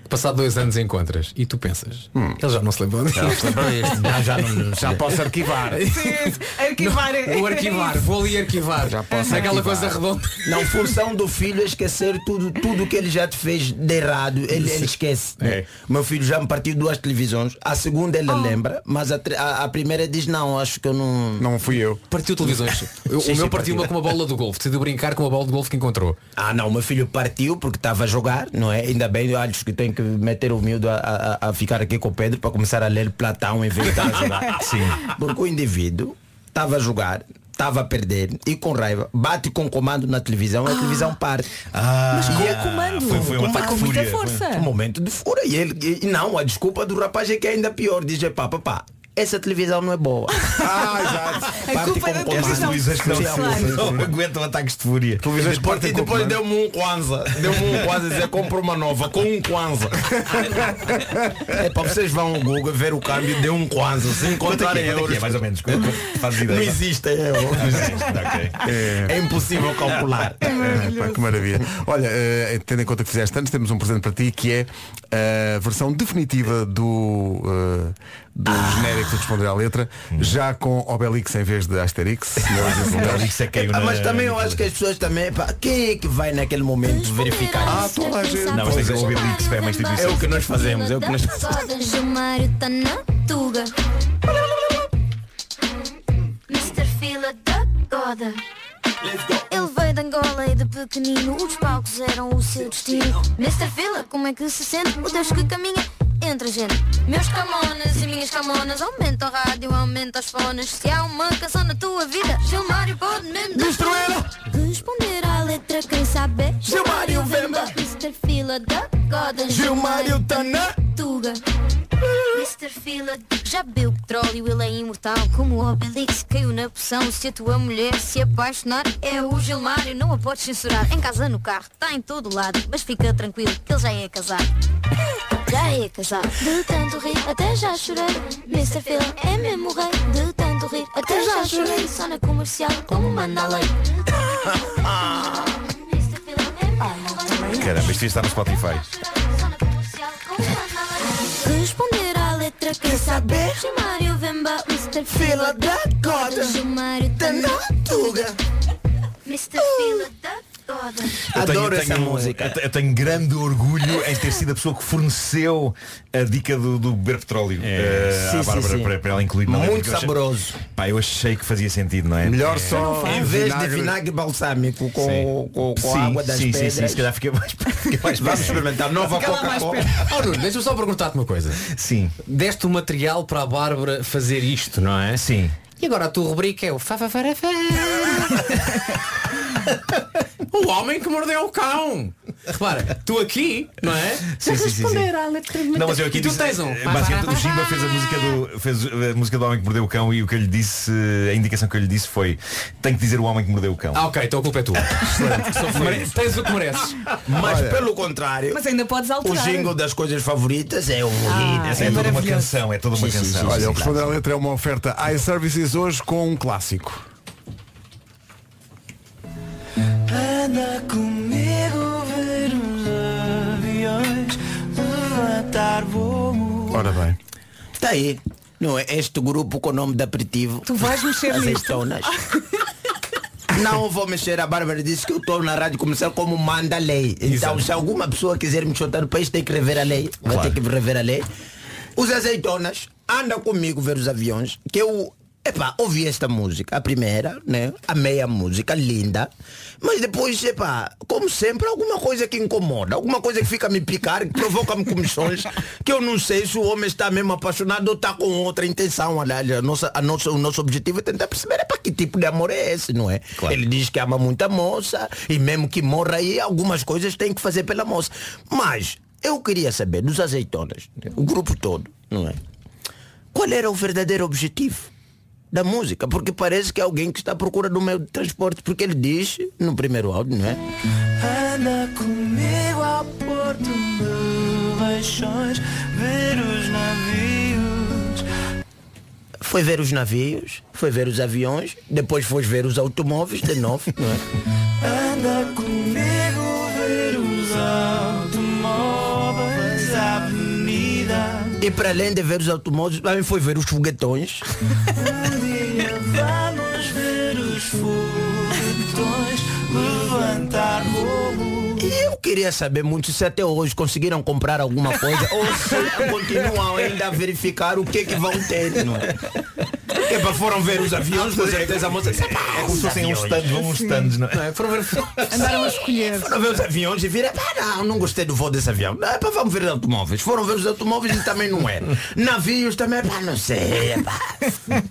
passado dois anos encontras e tu pensas, eles Hum. já não se lembram disto.
Já não se lembram disto.
(laughs)
Já- já não- já posso arquivar.
É arquivar.
Não, vou arquivar, vou ali arquivar. Já posso Aquela coisa redonda.
Não, função do filho é esquecer tudo, tudo que ele já te fez de errado. Ele, ele esquece. né?
É.
Meu filho já me partiu duas televisões. A segunda
Ah.
ele lembra, mas a, tre- a- a primeira diz não, acho que eu não.
Não fui eu.
Partiu televisões. Eu-
Sim,
o meu
sim,
partiu uma
partiu.
com uma bola do golfe. Decidiu brincar com uma bola de golfe que encontrou.
Ah não, o meu filho partiu porque estava a jogar, não é? Ainda bem, eu acho que tenho que meter o miúdo a, a- a ficar aqui com o Pedro para começar a ler Platão em vez de
(laughs)
estar
(laughs)
a jogar.
Sim.
Porque o indivíduo estava a jogar, estava a perder e com raiva bate com o comando na televisão e a televisão
Ah.
parte.
Mas com
E
o
a-
comando? Ah, Foi- foi um ataque de fúria.
Um momento de fúria. E, ele, e não, a desculpa do rapaz é que é ainda pior. Diz, pá, papá, essa televisão não é (laughs) boa. é
Ah, exato.
Parte com o comando.
Essas televisões que não, (laughs) não, aguentam ataques de fúria.
E depois, e depois deu-me um Kwanza. Deu-me um Kwanza e dizer compra uma nova com um Kwanza. é para vocês vão ao Google ver o câmbio de um Kwanza. Se
Quanto é que
encontrarem
é? Quanto é que é,
euros.
mais ou menos? Quanto- faz ideia?
Não existe euro.
Não existe, ok.
É impossível calcular.
(laughs) É, pá, que maravilha. Olha, eh, tendo em conta que fizeste anos, temos um presente para ti que é a versão definitiva do, eh, do
Ah.
genérico de responder à letra,
Hum.
já com Obelix em vez de Asterix.
(laughs)
Mas esse Obelix é que caiu
Epá,
na-
Ah, Mas também eu acho que as pessoas também. Pá, quem é que vai naquele momento verificar
Ah,
isso?
toda a gente.
Não, mas tem que ser o Obelix, é uma instituição.
É o que nós fazemos, é o que nós
fazemos.
Sodas, o Mário está tá na tuga Mr. Fila da Goda Ele veio de Angola e de pequenino Os palcos eram o seu destino Mr. Fila, como é que se sente? O Deus que caminha entre a gente Meus camonas e minhas camonas Aumenta o rádio, aumenta as fones Se há uma canção na tua vida Gilmário pode mesmo destruí-la Responder à letra, quem sabe é
Gilmário Vemba.
Mr. Fila da Goda
Gilmário tá na
Tuga Mr. Fila já bebeu petróleo, ele é imortal Como o Obelix caiu na poção Se a tua mulher se apaixonar É o Gilmário, não a podes censurar Em casa, no carro, está em todo lado Mas fica tranquilo, que ele já é casado já é casado De tanto rir, até já chorei Mr. Fila é mesmo rei De tanto rir, até já chorei Só na comercial, como manda (laughs) a lei
Caramba, isto
Tá
está no Spotify.
Responder à letra quer saber Gilmário Vemba, Mr. Fila da Goda Gilmário da Natuga Mr. Fila da Goda
Eu tenho-
Adoro
eu
essa
tenho-
música.
Eu, te- eu tenho grande orgulho em ter sido a pessoa que forneceu a dica do, do beber petróleo eh,
É. Sim,
à
sim,
Bárbara
sim.
Para, para ela incluir na letra,
Muito
porque eu achei-
saboroso.
Pá, eu achei que fazia sentido, não é?
Melhor
É,
só
Em vez de vinagre balsâmico com, com, com
Sim,
a água das
sim, sim,
pedras.
sim, se calhar fica mais, (laughs) fica mais
Vamos experimentar nova
Fica lá mais
Coca-Cola.
(laughs) perto. Oh, Nuno, deixa-me só perguntar-te uma coisa.
Sim.
Deste o material para a Bárbara fazer isto, não é?
Sim.
E agora a tua rubrica é o Fafafarafá. (laughs) O homem que mordeu o cão. Repara, tu aqui, não é?
Sim, sim, sim, sim.
à letra de
Não, mas eu aqui
E tu
disse-
tens um.
eh, Basicamente o Chimba fez a música do fez eh, a música do homem que mordeu o cão e o que eu lhe disse, eh, a indicação que eu lhe disse foi tem que dizer o homem que mordeu o cão.
Ah, ok, então a culpa é tua. Só foi isso. Tens o que
(laughs)
mereces.
Mas
Olha.
pelo contrário,
Mas ainda podes
o
alterar.
jingle das coisas favoritas é o
Ah, é toda uma canção, é toda uma
Sim, sim,
canção.
sim,
Olha,
sim,
o
claro.
responder à letra é uma oferta iServices hoje com um clássico.
Anda comigo ver os aviões levantar voo.
Ora bem.
Está aí. Não é este grupo com o nome de aperitivo. Tu
vais mexer
As
nisto.
estonas. Não vou mexer, a Bárbara disse que eu estou na rádio comercial como manda a lei. Então
Exato.
se alguma pessoa quiser me chutar no país tem que rever a lei. Vai
Claro.
ter que rever a lei. Os azeitonas, anda comigo ver os aviões, que eu. Epá, ouvi esta música, a primeira, né? Amei a música, linda. Mas depois, epá, como sempre, alguma coisa que incomoda, alguma coisa que fica a me picar, que (laughs) provoca-me comichões, que eu não sei se o homem está mesmo apaixonado ou está com outra intenção. Aliás, a nossa, a nossa, o nosso objetivo é tentar perceber epá, que tipo de amor é esse, não é? Ele diz que ama muito a moça e mesmo que morra aí, algumas coisas tem que fazer pela moça. Mas eu queria saber dos azeitonas, né, o grupo todo, não é? Qual era o verdadeiro objetivo da música? Porque parece que é alguém que está à procura do meio de transporte, porque ele diz no primeiro áudio, não é?
Anda comigo ao porto de Leixões ver os navios.
Foi ver os navios, foi ver os aviões, depois foi ver os automóveis de novo, não é?
Anda comigo ver os automóveis à avenida.
E para além de ver os automóveis, também foi ver os foguetões.
Um dia vamos ver os foguetões levantar voo.
E eu queria saber muito se até hoje conseguiram comprar alguma coisa ou se continuam ainda a verificar o que que vão ter, não é? Que para foram ver os aviões, com certeza a moça disse, "Epá,
É como se
Ah, os
fossem uns
aviões."
stands, vão uns
Sim.
stands, não é?
Foram ver,
Andaram a escolher. Foram ver os aviões e viram, pá, não, não gostei do voo desse avião. Não, pá, vamos ver os automóveis. Foram ver os automóveis e também não era. Navios também, pá, não sei, pá.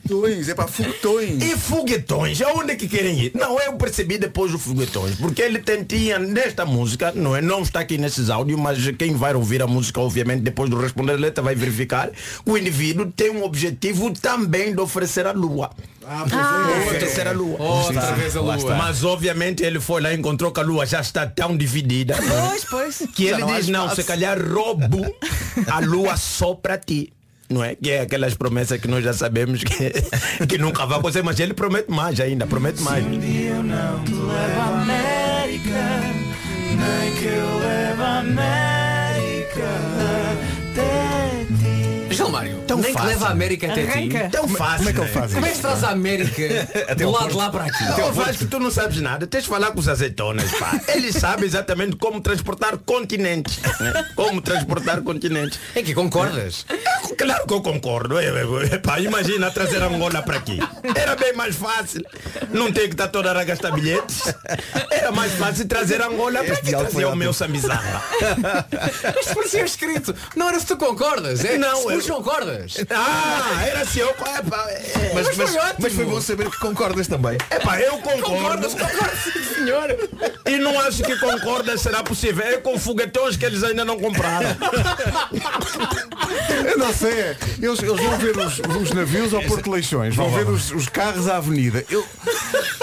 Foguetões, é para foguetões.
E foguetões, aonde é que querem ir? Não, eu percebi depois dos foguetões, porque ele tentia nesta música, não é? Não está aqui nesses áudios, mas quem vai ouvir a música, obviamente, depois do responder a letra, vai verificar que o indivíduo tem um objetivo também de oferecer a lua.
é.
Oferecer a lua.
Outra Sim, sim. vez a
Lá
lua.
está. Mas obviamente ele foi lá e encontrou que a lua já está tão dividida. é?
Pois, pois.
Que
Já
ele
não há
diz, não,
espaço."
se calhar roubo a lua só para ti. Não é? Que é aquelas promessas que nós já sabemos que,
(laughs)
que nunca vai acontecer, mas ele promete mais ainda, promete mais.
Eu não te levo à América.
nem que eu leve a América até ti.
Gilmário, nem que leva a América até ti.
Tão fácil.
Como é que ele faz Como é que
isso?
se traz a América
(laughs)
do lado de lá para aqui?
Não, Vasco, tu não sabes nada. Tens de falar com os azeitonas, pá. Eles sabem exatamente como transportar continentes. né? Como transportar continentes. É,
É que concordas?
Claro que eu concordo. É, é, é, pá, imagina trazer Angola para aqui. Era bem mais fácil. Não tem que estar toda hora a gastar bilhetes. Era mais fácil trazer Angola para aqui. Trazer o meu samizarra.
Mas
um
parecia escrito. Não era se tu concordas, é?
Não,
se
eu-
tu concordas.
Ah, era assim. Eu, é, pá, é.
Mas- mas- mas foi bom
saber que concordas também.
É pá, eu concordo.
senhor.
E não acho que concorda será possível. É com foguetões que eles ainda não compraram.
Eu não sei. é. Eles, eles vão ver os, os navios
é-
ao Porto de Leixões, vão ver os, os carros à avenida. Eu-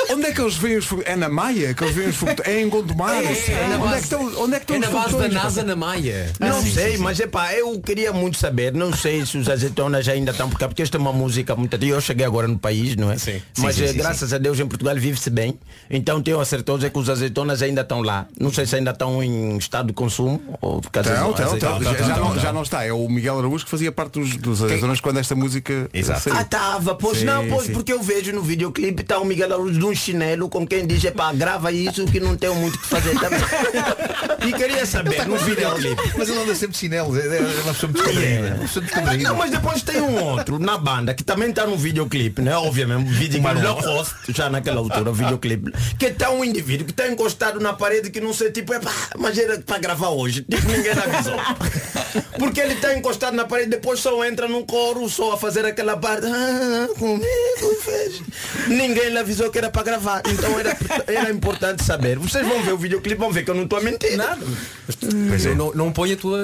onde é que eles veem os fogo- É na Maia que eles veem os fogo- É em Gondomar?
É, é
onde,
na
é que
base-
estão, onde é que estão
é
os
na base da
foguetões, pá?
NASA na Maia.
Não
Ah, sim,
sei,
sim, sim.
mas é pá, eu queria muito saber, não sei se os azeitonas ainda estão por cá, porque esta é uma música muito. Eu cheguei agora no país, não é? Sim. Mas
Sim, sim,
eh,
sim,
graças a Deus em Portugal vive-se bem. Então tenho a certeza que os azeitonas ainda estão lá. Não sei se ainda estão em estado de consumo ou por causa
Então,
do
é
então,
azeitona.
então,
assim,
já, já não, já não está. É o Miguel Araújo que fazia parte dos, dos Amazonas quando esta música saiu.
Ah, tava, pois
Sim,
não, pois
sim.
porque eu vejo no videoclipe tá o Miguel Araújo de um chinelo com quem diz, pá, grava isso que não tenho muito o que fazer também. e queria saber no videoclipe.
Tá Mas ele anda sempre de chinelo, é é uma pessoa muito descontraída. Uma pessoa
é.
descontraída.
Não, mas depois tem um outro na banda que também está no videoclipe, né? Obviamente, um videoclipe Lacoste, já naquela altura, o videoclipe, que está um indivíduo que está encostado na parede que não sei, tipo, é pá, mas era para gravar hoje, tipo, ninguém avisou. Porque ele está encostado na parede, depois só entra num coro, só a fazer aquela parte. "Ah, comigo fez. Ninguém lhe avisou que era para gravar. Então era, era importante saber. Vocês vão ver o videoclipe, vão ver que eu não estou a mentir. Nada.
Pois é. Não, não põe a tua.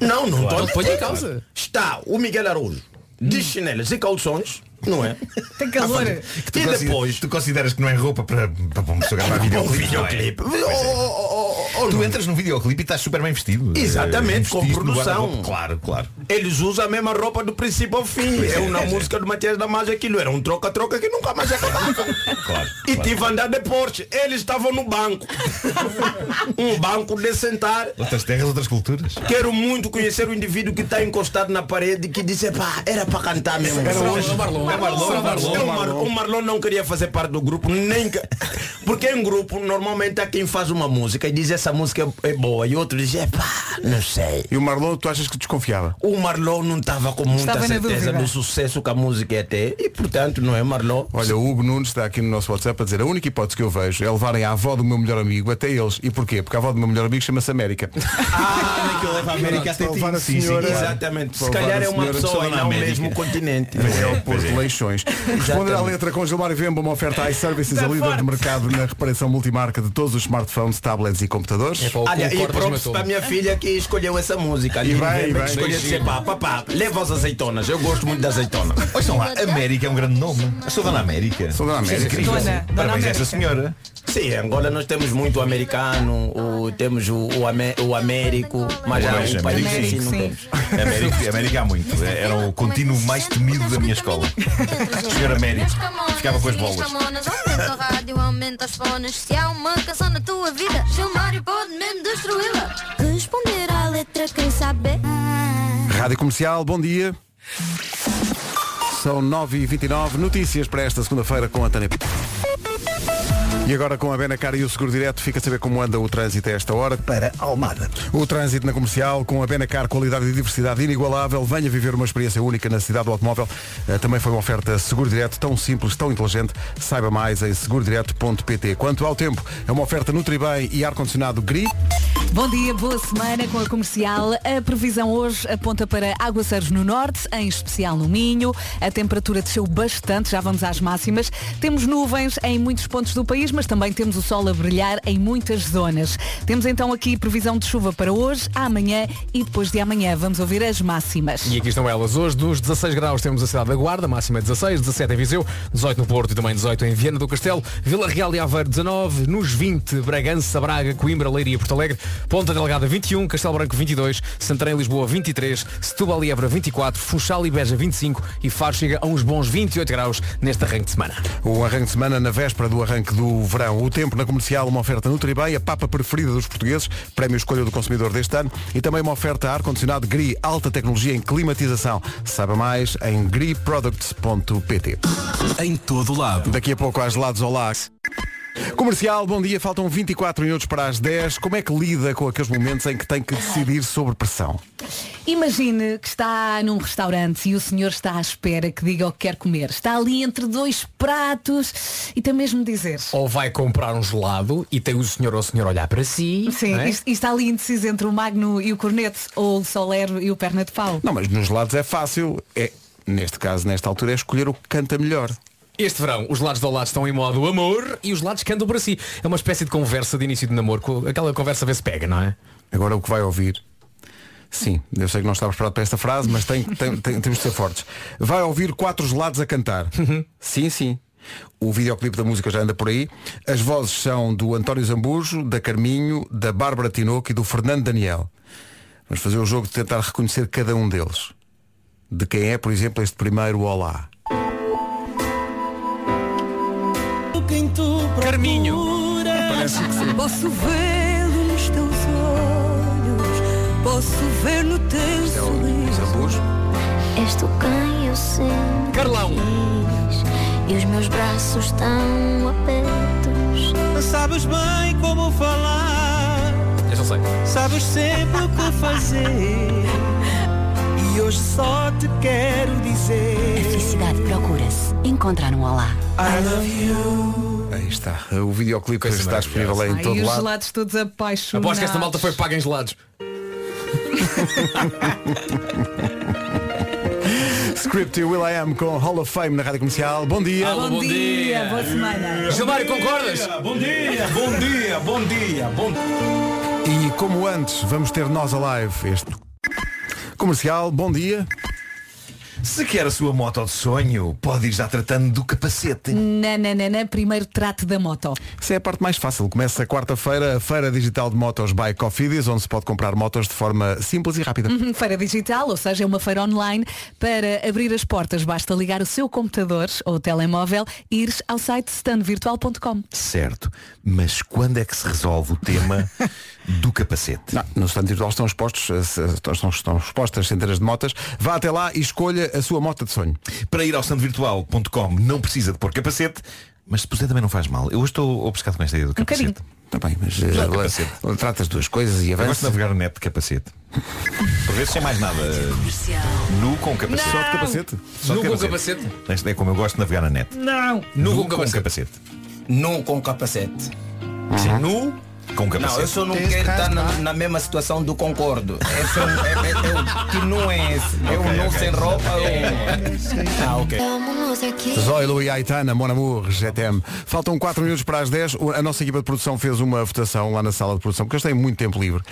Não, não estou
Não
a
põe em
mentir.
causa.
Está o Miguel Araújo de chinelas e calções, não é?
(laughs) Tem calor.
Tu
E
consi-
depois. Um
Tu consideras que não é roupa para, para uma pessoa
(laughs)
gravar videoclipe? não é?
videoclipe.
Pois é.
oh,
Tu entras num videoclipe e estás super bem vestido.
Exatamente,
Eh, investiste
com
no
produção.
guarda-roupa. Claro, claro.
Eles usam a mesma roupa do princípio ao fim.
Pois é,
É uma
pois é.
música do Matias Damasio aquilo. Era um troca-troca que nunca mais acabava.
Claro.
E
claro.
tive a andar de Porsche. Eles estavam no banco. (laughs) um banco de sentar.
Outras terras, outras culturas.
Quero muito conhecer o indivíduo que está encostado na parede que disse, pá, era para cantar mesmo.
Era
Será
hoje.
o Marlon.
É Marlon,
Será
é Marlon,
o
é Marlon.
Mar- O Marlon não queria fazer parte do grupo, nem que- (laughs) Porque em grupo, normalmente há quem faz uma música e diz essa música é é boa. E outro diz, é pá, não sei.
E o Marlon, tu achas que desconfiava?
O Marlon não estava com muita
Estava na
certeza
dúvida.
do sucesso que a música ia ter. E portanto, não é Marlon?
Olha, o Hugo Nunes está aqui no nosso WhatsApp a dizer a única hipótese que eu vejo é levarem a avó do meu melhor amigo até eles. E porquê? Porque a avó do meu melhor amigo chama-se América.
Ah, que eu levo a
América até ti.
levar a
Sim, sim,
senhora-
claro.
Exatamente. Se
Provar
calhar
a
é uma
senhora que
pessoa
só
e
na
não o
América.
mesmo continente.
Mas é o Porto
Pois é.
Leixões. Responder à letra com Gilmar Vemba, uma oferta iServices, a líder de mercado na reparação multimarca de todos os smartphones, tablets e computadores.
É para o
Olha, e
concordas,
props
matou-me.
para minha filha que escolheu essa música. E
vai, vai.
Escolheu dizer, pá, papá, leva as azeitonas. Eu gosto muito da azeitona.
Ouçam lá, América é um grande nome. Eu sou Dona América.
Sou da América.
Incrível.
Dona- Dona
Parabéns a
América.
esta senhora.
Sim, em Angola nós temos muito americano, o, temos o, o, Amé- o Américo, mas há
Pois,
um país
Américo,
assim
sim.
não temos.
América, América há muito. é, Era
é
o contínuo mais
é
temido da minha escola. Senhor Américo. Ficava com as bolas.
Aumenta a rádio, aumenta as fones. Se há uma canção na tua vida, Gilmário pode mesmo destruí-la. Responder à letra, quem sabe?
Rádio Comercial, bom dia. São 9h29, notícias para esta segunda-feira com a Tânia. P- E agora com a Benacar e o Seguro Direto, fica a saber como anda o trânsito a esta hora.
Para Almada.
O trânsito na comercial com a Benacar, qualidade e diversidade inigualável. Venha viver uma experiência única na cidade do automóvel. Eh, Também foi uma oferta Seguro Direto, tão simples, tão inteligente. Saiba mais em segurodireto.pt. Quanto ao tempo, é uma oferta Nutribem e ar-condicionado GRI.
Bom dia, boa semana com a comercial. A previsão hoje aponta para aguaceiros no norte, em especial no Minho. A temperatura desceu bastante, já vamos às máximas. Temos nuvens em muitos pontos do país, mas também temos o sol a brilhar em muitas zonas. Temos então aqui previsão de chuva para hoje, amanhã e depois de amanhã. Vamos ouvir as máximas.
E aqui estão elas. Hoje, dos 16 graus, temos a cidade da Guarda, máxima
é
16, 17 em Viseu, 18 no Porto e também 18 em Viana do Castelo, Vila Real e Aveiro 19, nos 20, Bragança, Braga, Coimbra, Leiria e Porto Alegre,
Ponta Delgada 21, Castelo Branco 22, Santarém e Lisboa 23, Setúbal e Évora 24, Funchal e Beja 25 e Faro chega a uns bons 28 graus neste arranque de semana.
O arranque de semana na véspera do arranque do verão. O tempo na comercial, uma oferta Nutribem, a papa preferida dos portugueses, prémio escolha do consumidor deste ano e também uma oferta a ar-condicionado GRI, alta tecnologia em climatização. Saiba mais em griproducts.pt.
Em todo lado.
Daqui a pouco às lados ao lax. Comercial, bom dia, faltam 24 minutos para as 10. Como é que lida com aqueles momentos em que tem que decidir sobre pressão?
Imagine que está num restaurante e o senhor está à espera que diga o que quer comer. Está ali entre dois pratos e tem mesmo de dizer.
Ou vai comprar um gelado e tem o senhor ou a senhora olhar para si.
Sim,
não é?
e, e está ali indeciso entre o Magno e o Cornete ou o Solero e o Perna de Pau.
Não, mas nos lados é fácil. É, neste caso, nesta altura, é escolher o que canta melhor.
Este verão, os lados do lado estão em modo amor e os lados cantam para si. É uma espécie de conversa de início de namoro. co- Aquela conversa vê se pega, não é?
Agora o que vai ouvir. Sim, eu sei que não estava preparado para esta frase, mas tem, tem- tem- temos de ser fortes. Vai ouvir quatro gelados a cantar. Sim, sim. O videoclipe da música já anda por aí. As vozes são do António Zambujo, da Carminho, da Bárbara Tinoco e do Fernando Daniel. Vamos fazer o jogo de tentar reconhecer cada um deles. De quem é, por exemplo, este primeiro Olá.
Carminho.
Posso vê-lo nos teus olhos, posso ver no teu
é um
sorriso.
És tu quem eu sempre
Carlão.
quis, E os meus braços estão abertos
Sabes bem como falar,
Eu já sei.
sabes sempre o que fazer. E hoje só te quero dizer. A felicidade procura-se.
Encontrar um olá.
I love you.
Aí está. O videoclipe está disponível aí em
Ai,
todo
e os
lado.
gelados todos apaixonados.
Aposto que esta malta foi paga em gelados.
(laughs) Script e Will I Am com Hall of Fame na Rádio Comercial. Bom dia.
Alô, bom Bom dia, dia. boa semana. Gilmário, concordas?
Bom dia, bom dia, bom dia, bom
E como antes, vamos ter nós a live. Este comercial, bom dia.
Se quer a sua moto de sonho, pode ir já tratando do capacete.
Nananana, primeiro trato da moto.
Essa é a parte mais fácil. Começa quarta-feira a Feira Digital de Motos by Cofidis, onde se pode comprar motos de forma simples e rápida.
Uhum, Feira digital, ou seja, é uma feira online. Para abrir as portas, basta ligar o seu computador ou telemóvel e ir ao site standvirtual.com.
Certo, mas quando é que se resolve o tema do capacete?
Não, no stand virtual estão expostos, eh, se- estão, estão expostas centenas de motas. Vá até lá e escolha a sua moto de sonho.
Para ir ao standvirtual.com não precisa de pôr capacete, mas se puser também não faz mal. Eu hoje estou obcecado com esta ideia do
Um
capacete.
bocadinho.
Está bem, mas eh,
Já,
lá-
capacete.
lá trata as duas coisas e
Eu gosto de
avança.
navegar no net de capacete. Por vezes sem mais nada. Nu com capacete.
Não! Só de capacete?
Só de
Nu com capacete?
Este é como eu gosto de navegar na net.
Não. Nu com capacete.
Nu com capacete.
Sim, nu com capacete.
Não, eu só não quero estar na, na mesma situação do Concordo. É só, é, é- é- que não é esse. Eu
Ok,
não
ok.
sem roupa. Eu...
Ah, ok. Zoilo e Aitana, Mon Amour, GTM. Faltam 4 minutos para as 10. O- A nossa equipa de produção fez uma votação lá na sala de produção, porque eles têm muito tempo livre,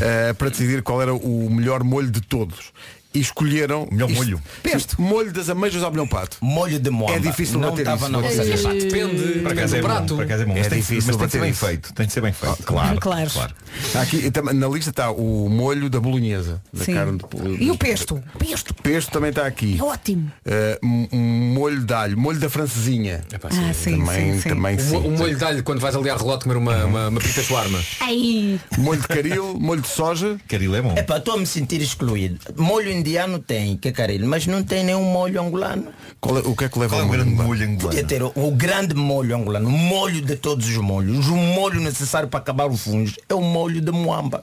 eh, para decidir qual era o melhor molho de todos. E escolheram. Melhor
molho.
Pesto. Molho das ameijas ao melhão pato.
Molho de moamba.
É difícil
Não
bater
estava
isso.
na vossa
Vocês-
lista.
Depende.
Para casa é
do
bom,
prato.
para casa é bom.
É
Mas tem que-
difícil
mas tem que ser
bater
bem
isso.
feito. Tem que ser bem
Ah,
feito.
claro.
Ah, Claro.
Claro.
Está aqui, e tam- na lista está o molho da bolonhesa. Da
Sim.
carne de-
E o pesto? Pesto.
Pesto também está aqui.
É ótimo.
Eh, um- um molho de alho, molho da francesinha.
sim. Ah, sim,
também,
sim, sim.
também
O, o molho de alho quando vais ali à relote comer uma, uma, uma pita shawarma.
Ai.
Molho de caril, molho de soja.
Caril é bom.
É para estou a me sentir excluído. Molho indiano tem, que é caril, mas não tem nenhum molho angolano.
Qual é- o que é que leva
Qual é o
ao molho
grande
angolano?
molho
Podia
angolano?
ter o, o grande molho angolano, o molho de todos os molhos, o molho necessário para acabar o fungo é o molho de moamba.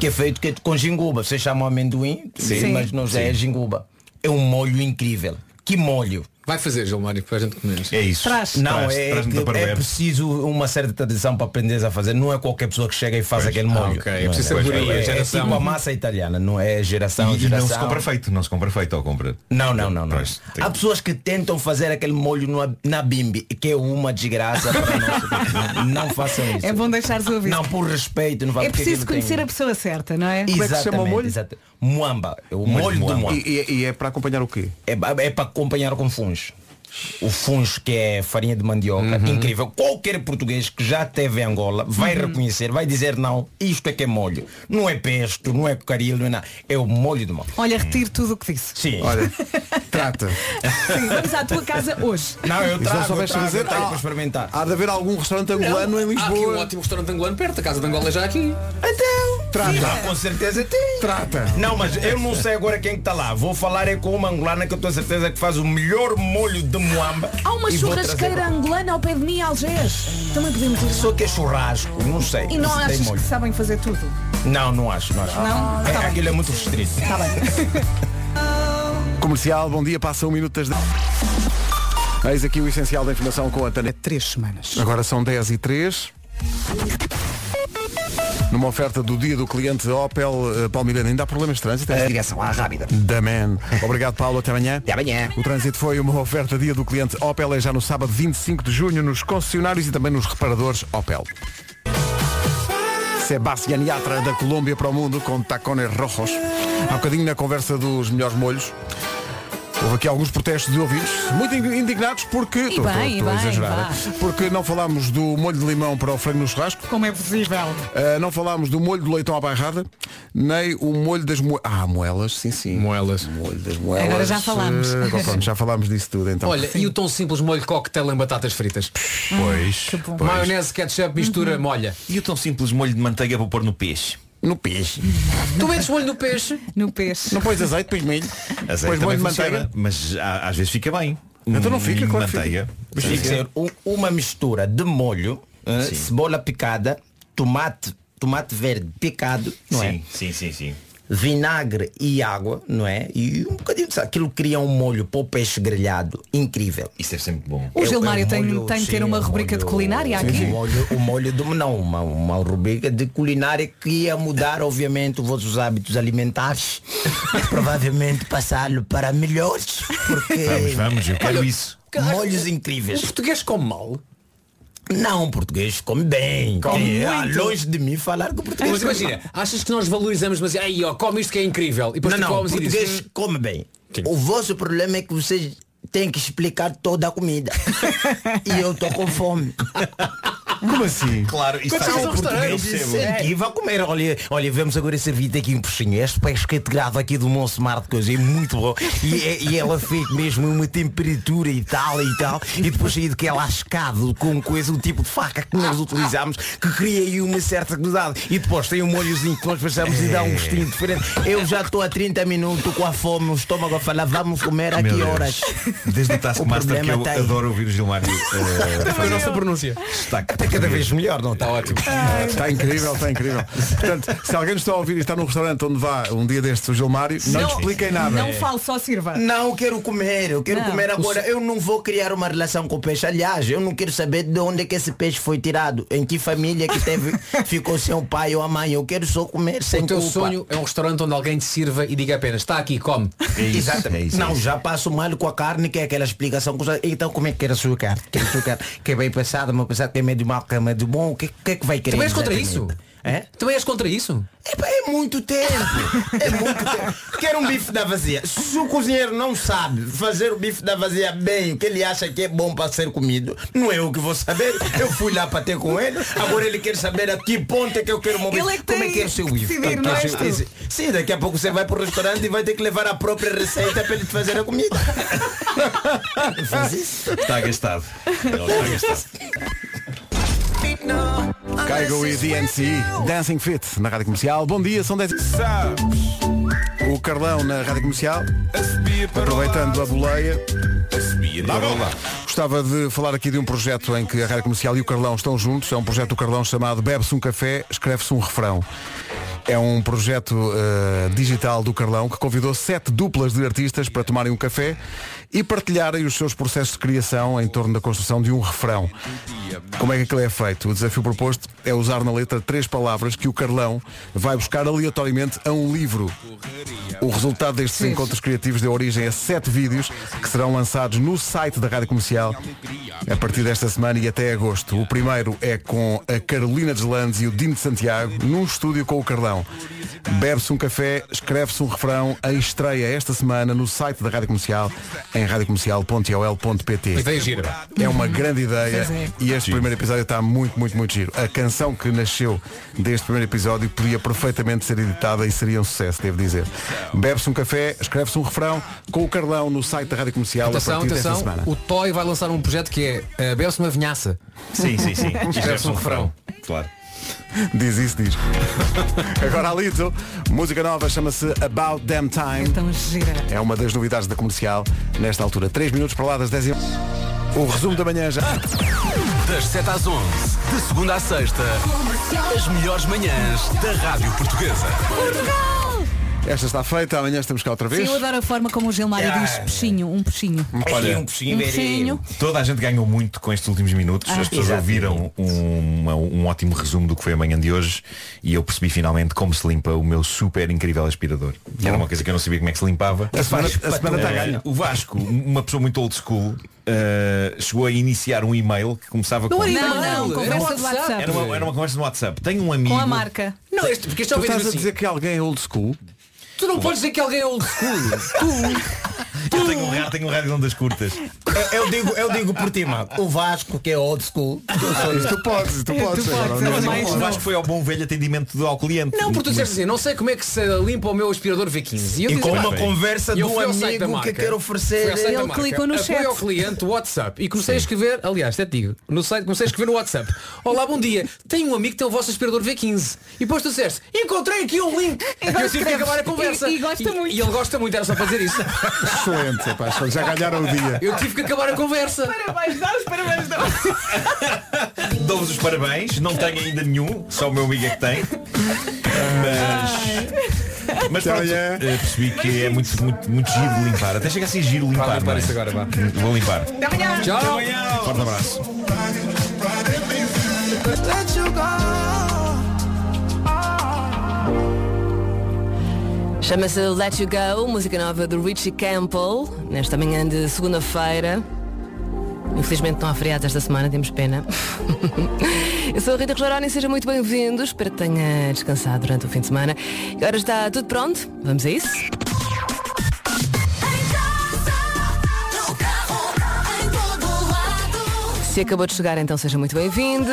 Que é feito que- com ginguba. Vocês chamam amendoim,
Ah. Sim.
mas não é
Sim.
ginguba. É um molho incrível. Que molho.
Vai fazer, Gilmário, para a gente comer.
É isso.
Traz.
Não,
Traz-
é,
traz-me
que
da Parweb.
é preciso uma certa tradição para aprenderes a fazer. Não é qualquer pessoa que chega e faz aquele molho.
Ah,
ok. É
Não,
preciso
não,
sabedoria,
é, é
geração.
tipo a massa italiana, não é geração,
E, e
geração.
não se compra feito, não se compra feito ou compra.
Não, não, não, não.
Pois, tem-
Há pessoas que tentam fazer aquele molho no- na bimbi, que é uma desgraça para
(laughs)
nós. não façam isso.
É bom deixares o aviso.
Não, por respeito, não vai
É preciso conhecer a pessoa certa, não é?
Exatamente,
chama o molho?
exata- Muamba, é o
Molho
molho,
de
do
muamba.
muamba.
E, e- e é para acompanhar o quê?
É, é para acompanhar com funge.
o funcho que é farinha de mandioca,
Uhum.
incrível. Qualquer português que já teve em Angola vai
Uhum.
reconhecer, vai dizer não, isto é que é molho. Não é pesto, não é cocaril, não é nada. É o molho de mal.
Olha, retiro tudo o que
(laughs)
disse.
Sim.
Olha, trata.
Sim, vamos à tua casa hoje.
Não, eu
E se
trago,
não soubeste
eu trago,
fazer,
eu trago
há-
para experimentar.
Há de haver algum restaurante angolano em
Há aqui um
Lisboa.
ótimo restaurante angolano perto, a casa de Angola é já aqui.
Então,
Trata.
sim, lá, com certeza tem.
Trata.
Não, mas eu não sei agora quem está lá. Vou falar é com uma angolana que eu tenho certeza que faz o melhor molho de moamba.
Há uma
E vou trazer-
churrasqueira angolana ao pé de mim, em Algés. Também podemos ir.
Só que é churrasco, não sei.
E não
se tem
achas que
molho.
sabem fazer tudo?
Não, não acho, não acho.
Não? Tá
É, aquilo é muito restrito.
Está bem.
Comercial, bom dia, passa um minuto das 10. Eis aqui o essencial da informação com a Tânia.
Três semanas.
Agora são 10 e 3. Numa oferta do dia do cliente da Opel, eh, Palmeirana, ainda há problemas de trânsito?
É.
A
direção à rápida.
Da man. Obrigado, Paulo. Até amanhã. Até
amanhã.
É.
O trânsito foi uma oferta dia do cliente Opel, é já no sábado 25 de junho, nos concessionários e também nos reparadores Opel. Sebastián Yatra, da Colômbia para o mundo, com tacones rojos. Há bocadinho na conversa dos melhores molhos, houve aqui alguns protestos de ouvidos, muito indignados porque... Estou- estou-
bem, e
estou a
bem,
exagerar,
vá.
né? Porque não falámos do molho de limão para o frango no churrasco.
Como é possível?
Ah, não falámos do molho do leitão à barrada, nem o molho das moelas. Ah, moelas, sim, sim. Moelas. Molho das moelas.
Agora já falámos.
Ah, bom, pronto, já falámos disso tudo então.
Olha, e o tão simples molho cocktail em batatas fritas?
Pois,
Hum,
pois.
Maionese, ketchup, mistura, molha.
E o tão simples molho de manteiga para pôr no peixe?
No peixe.
Tu metes molho no peixe?
No peixe.
Não pões azeite, pões milho.
Azeite
Pões molho
também
de
funciona,
manteiga.
Mas a- às vezes fica bem.
Então não
Um
fica, claro que
manteiga.
Mas
Sim. um,
tem que ser u- uma mistura de molho, eh,
Sim.
cebola picada, tomate, tomate verde picado, não é?
Sim, sim, sim, sim.
Vinagre e água, não é? E um bocadinho de sal. Aquilo cria um molho para o peixe grelhado. Incrível.
Isso é sempre bom.
O Gilmário tem, tem que ter uma rubrica de culinária
Sim,
aqui.
sim. O molho, o molho do não, uma, uma rubrica de culinária que ia mudar, obviamente, os vossos hábitos alimentares. Provavelmente passá-lo para melhores. Porque
Vamos, vamos, eu quero
Olha,
isso.
Molhos incríveis.
o
Um português come mal? Não, o português come bem.
Come
É,
muito.
longe de mim falar que o português
Mas imagina, achas que nós valorizamos, mas aí ó, come isto que é incrível. E depois
não,
tu
não, o
comes e "Hum,
português
dizes.
come bem. O vosso problema é que vocês têm que explicar toda
(laughs)
a comida. e eu estou com fome.
Como assim?
Claro,
isso está ao português.
É.
Aqui, vá comer. Olha, olha, vamos agora servir aqui um peixinho. Este peixe que é grado aqui do Monte Mar de Coisa é muito bom. E, é- e ela fez mesmo uma temperatura e tal e tal. E depois aí de que é lascado com coisa, o tipo de faca que nós utilizámos, que cria aí uma certa crudade. E depois tem um molhozinho que nós passamos e dá um gostinho diferente. Eu já estou há 30 minutos com a fome, o estômago a falar, vamos comer a
Oh, Meu
que
Deus.
horas?
Desde o Taskmaster
problema
que eu
está aí.
adoro ouvir o Gilmário. eh, fazer
pronúncia.
destaque.
Até cada vez melhor, não está?
ótimo.
Está incrível, está incrível. Portanto, se alguém nos está a ouvir e está num restaurante onde vá um dia destes o Gilmário, não, lhe expliquem nada.
Não fale, só sirva.
Não quero comer, eu quero
Não.
comer agora. Eu não vou criar uma relação com o peixe. Aliás, eu não quero saber de onde é que esse peixe foi tirado, em que família que teve, ficou sem o pai ou a mãe. Eu quero só comer sem
O teu
culpa.
sonho é um restaurante onde alguém te sirva e diga apenas, está aqui, come. É
Exatamente. não, já passo mal com a carne, que é aquela explicação. que os- Então como é que quer a sua carne? Quer a
(laughs)
sua carne? Que é bem passada, mal passada, que é meio de mal, que é meio de bom. O que, que é que vai querer?
Também és contra
exatamente?
isso?
É?
Também és contra isso?
Epá, É muito tempo. É muito tempo. Quero um bife da vazia. Se o cozinheiro não sabe fazer o bife da vazia bem, que ele acha que é bom para ser comido, não é eu que vou saber. Eu fui lá para ter com ele. Agora ele quer saber a que ponto é que eu quero mover.
Ele é que
Como é
tem
que é o seu
que
bife?
decidir, não és tu.
Sim, daqui a pouco você vai para o restaurante e vai ter que levar a própria receita para ele te fazer a comida. Faz isso.
Está gastado. Ele Está gastado.
Caigo
assim,
e DNC, Dancing Fit, na Rádio Comercial. Bom dia, são 10 O Carlão na Rádio Comercial, aproveitando a boleia.
Dá bola.
Gostava de falar aqui de um projeto em que a Rádio Comercial e o Carlão estão juntos. É um projeto do Carlão chamado Bebe-se um Café, Escreve-se um Refrão. É um projeto eh, digital do Carlão que convidou sete duplas de artistas para tomarem um café e partilharem os seus processos de criação em torno da construção de um refrão. Como é que aquilo é feito? O desafio proposto é usar na letra três palavras que o Carlão vai buscar aleatoriamente a um livro. O resultado destes
Sim.
encontros criativos deu origem a sete vídeos que serão lançados no site da Rádio Comercial a partir desta semana e até agosto. O primeiro é com a Carolina Deslandes e o Dino de Santiago num estúdio com o Carlão. bebe-se um café, escreve-se um refrão em estreia esta semana no site da Rádio Comercial, em radiocomercial.ol.pt.
Mas tem giro.
É uma grande ideia
Pois é.
e este primeiro episódio está muito, muito, muito giro. A canção que nasceu deste primeiro episódio podia perfeitamente ser editada e seria um sucesso, devo dizer. Bebe-se um café, escreve-se um refrão com o Carlão no site da Rádio Comercial a
Atenção,
partir desta
atenção,
Então,
semana.
o Toy vai lançar um projeto que é eh, bebe-se uma vinhaça.
Sim, sim, sim. E
Bebe-se um
bebe-se um
refrão.
Claro.
Diz isso, diz. (laughs) Agora a Lito, música nova chama-se About Damn Time. É uma das novidades da comercial nesta altura. 3 minutos para lá das 10 e... um. O resumo da manhã já.
Das 7 às 11, de segunda à sexta, as melhores manhãs da Rádio Portuguesa.
Esta está feita, amanhã estamos cá outra
Sim,
vez.
eu adoro a forma como o Gilmário
Ah.
diz peixinho, um peixinho. Um
Olha, Toda a gente ganhou muito com estes últimos minutos.
Ah,
As pessoas
exatamente.
ouviram um, um ótimo resumo do que foi a manhã de hoje e eu percebi finalmente como se limpa o meu super incrível aspirador. Que Era uma coisa que eu não sabia como é que se limpava.
A semana- a semana
é.
está
Eh,
ganha.
O Vasco, uma pessoa muito old school, eh, chegou a iniciar um e-mail que começava
Não
com.
era e-mail, Não, não,
era, um
conversa de WhatsApp.
Era uma, era uma conversa de WhatsApp. Tenho um amigo.
Com a marca.
Não, este, porque este é
tu
o vídeo
estás a
assim.
dizer que alguém é old school?
Tu não podes dizer que alguém é old school.
Eu tenho um rádio, tenho um rádio de ondas curtas.
Eu, eu digo, eu digo por ti, Marco. O Vasco, que é old school. Eu sou-
Isso tu podes, tu podes.
Tu podes,
Não, mas
é
eu-
mais
eu acho que foi ao bom velho atendimento do ao cliente.
Não, porque tu disseste assim, não sei como é que se limpa o meu aspirador V15.
E
disse,
com
"Pá,
uma
bem."
conversa
E eu
de um
fui ao site
amigo
da
que
marca.
quer oferecer.
Fui ao site da
Ele
marca.
clicou no
Apoio
chat.
ao cliente WhatsApp e comecei a escrever, aliás, até te digo, no site comecei a escrever no WhatsApp. Olá, bom dia. Tenho um amigo que tem o vosso aspirador V15. E depois tu disseste, encontrei aqui um link.
(laughs) E
E
agora
eu tive que
escreves.
acabar a conversa.
E- e gosta muito.
E ele gosta muito, era só para dizer isso.
(laughs) Excelente, rapaz, já ganharam o dia.
Eu tive que acabar a conversa.
Parabéns, dá-os parabéns, dá-os.
Dou-vos os parabéns, não tenho ainda nenhum, só o meu amigo é que tem. Mas, mas pronto, eh, percebi que é muito, muito, muito giro de limpar. Até chega a ser giro limpar.
limpar
não é?
isso agora, vá.
Vou limpar.
Até amanhã.
Tchau.
Forte abraço.
Let you
Chama-se Let You Go, música nova do Richie Campbell, nesta manhã de segunda-feira. Infelizmente não há feriados esta semana, temos pena. (laughs) Eu sou a Rita Rogeroni, sejam muito bem-vindos. Espero que tenha descansado durante o fim de semana. Agora está tudo pronto, vamos a isso? Se acabou de chegar, então seja muito bem-vindo.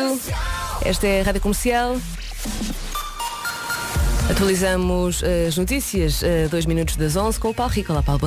Esta é a Rádio Comercial. eh, Atualizamos as notícias a dois minutos das 11 com o Paulo Rico. Olá, Paulo. bom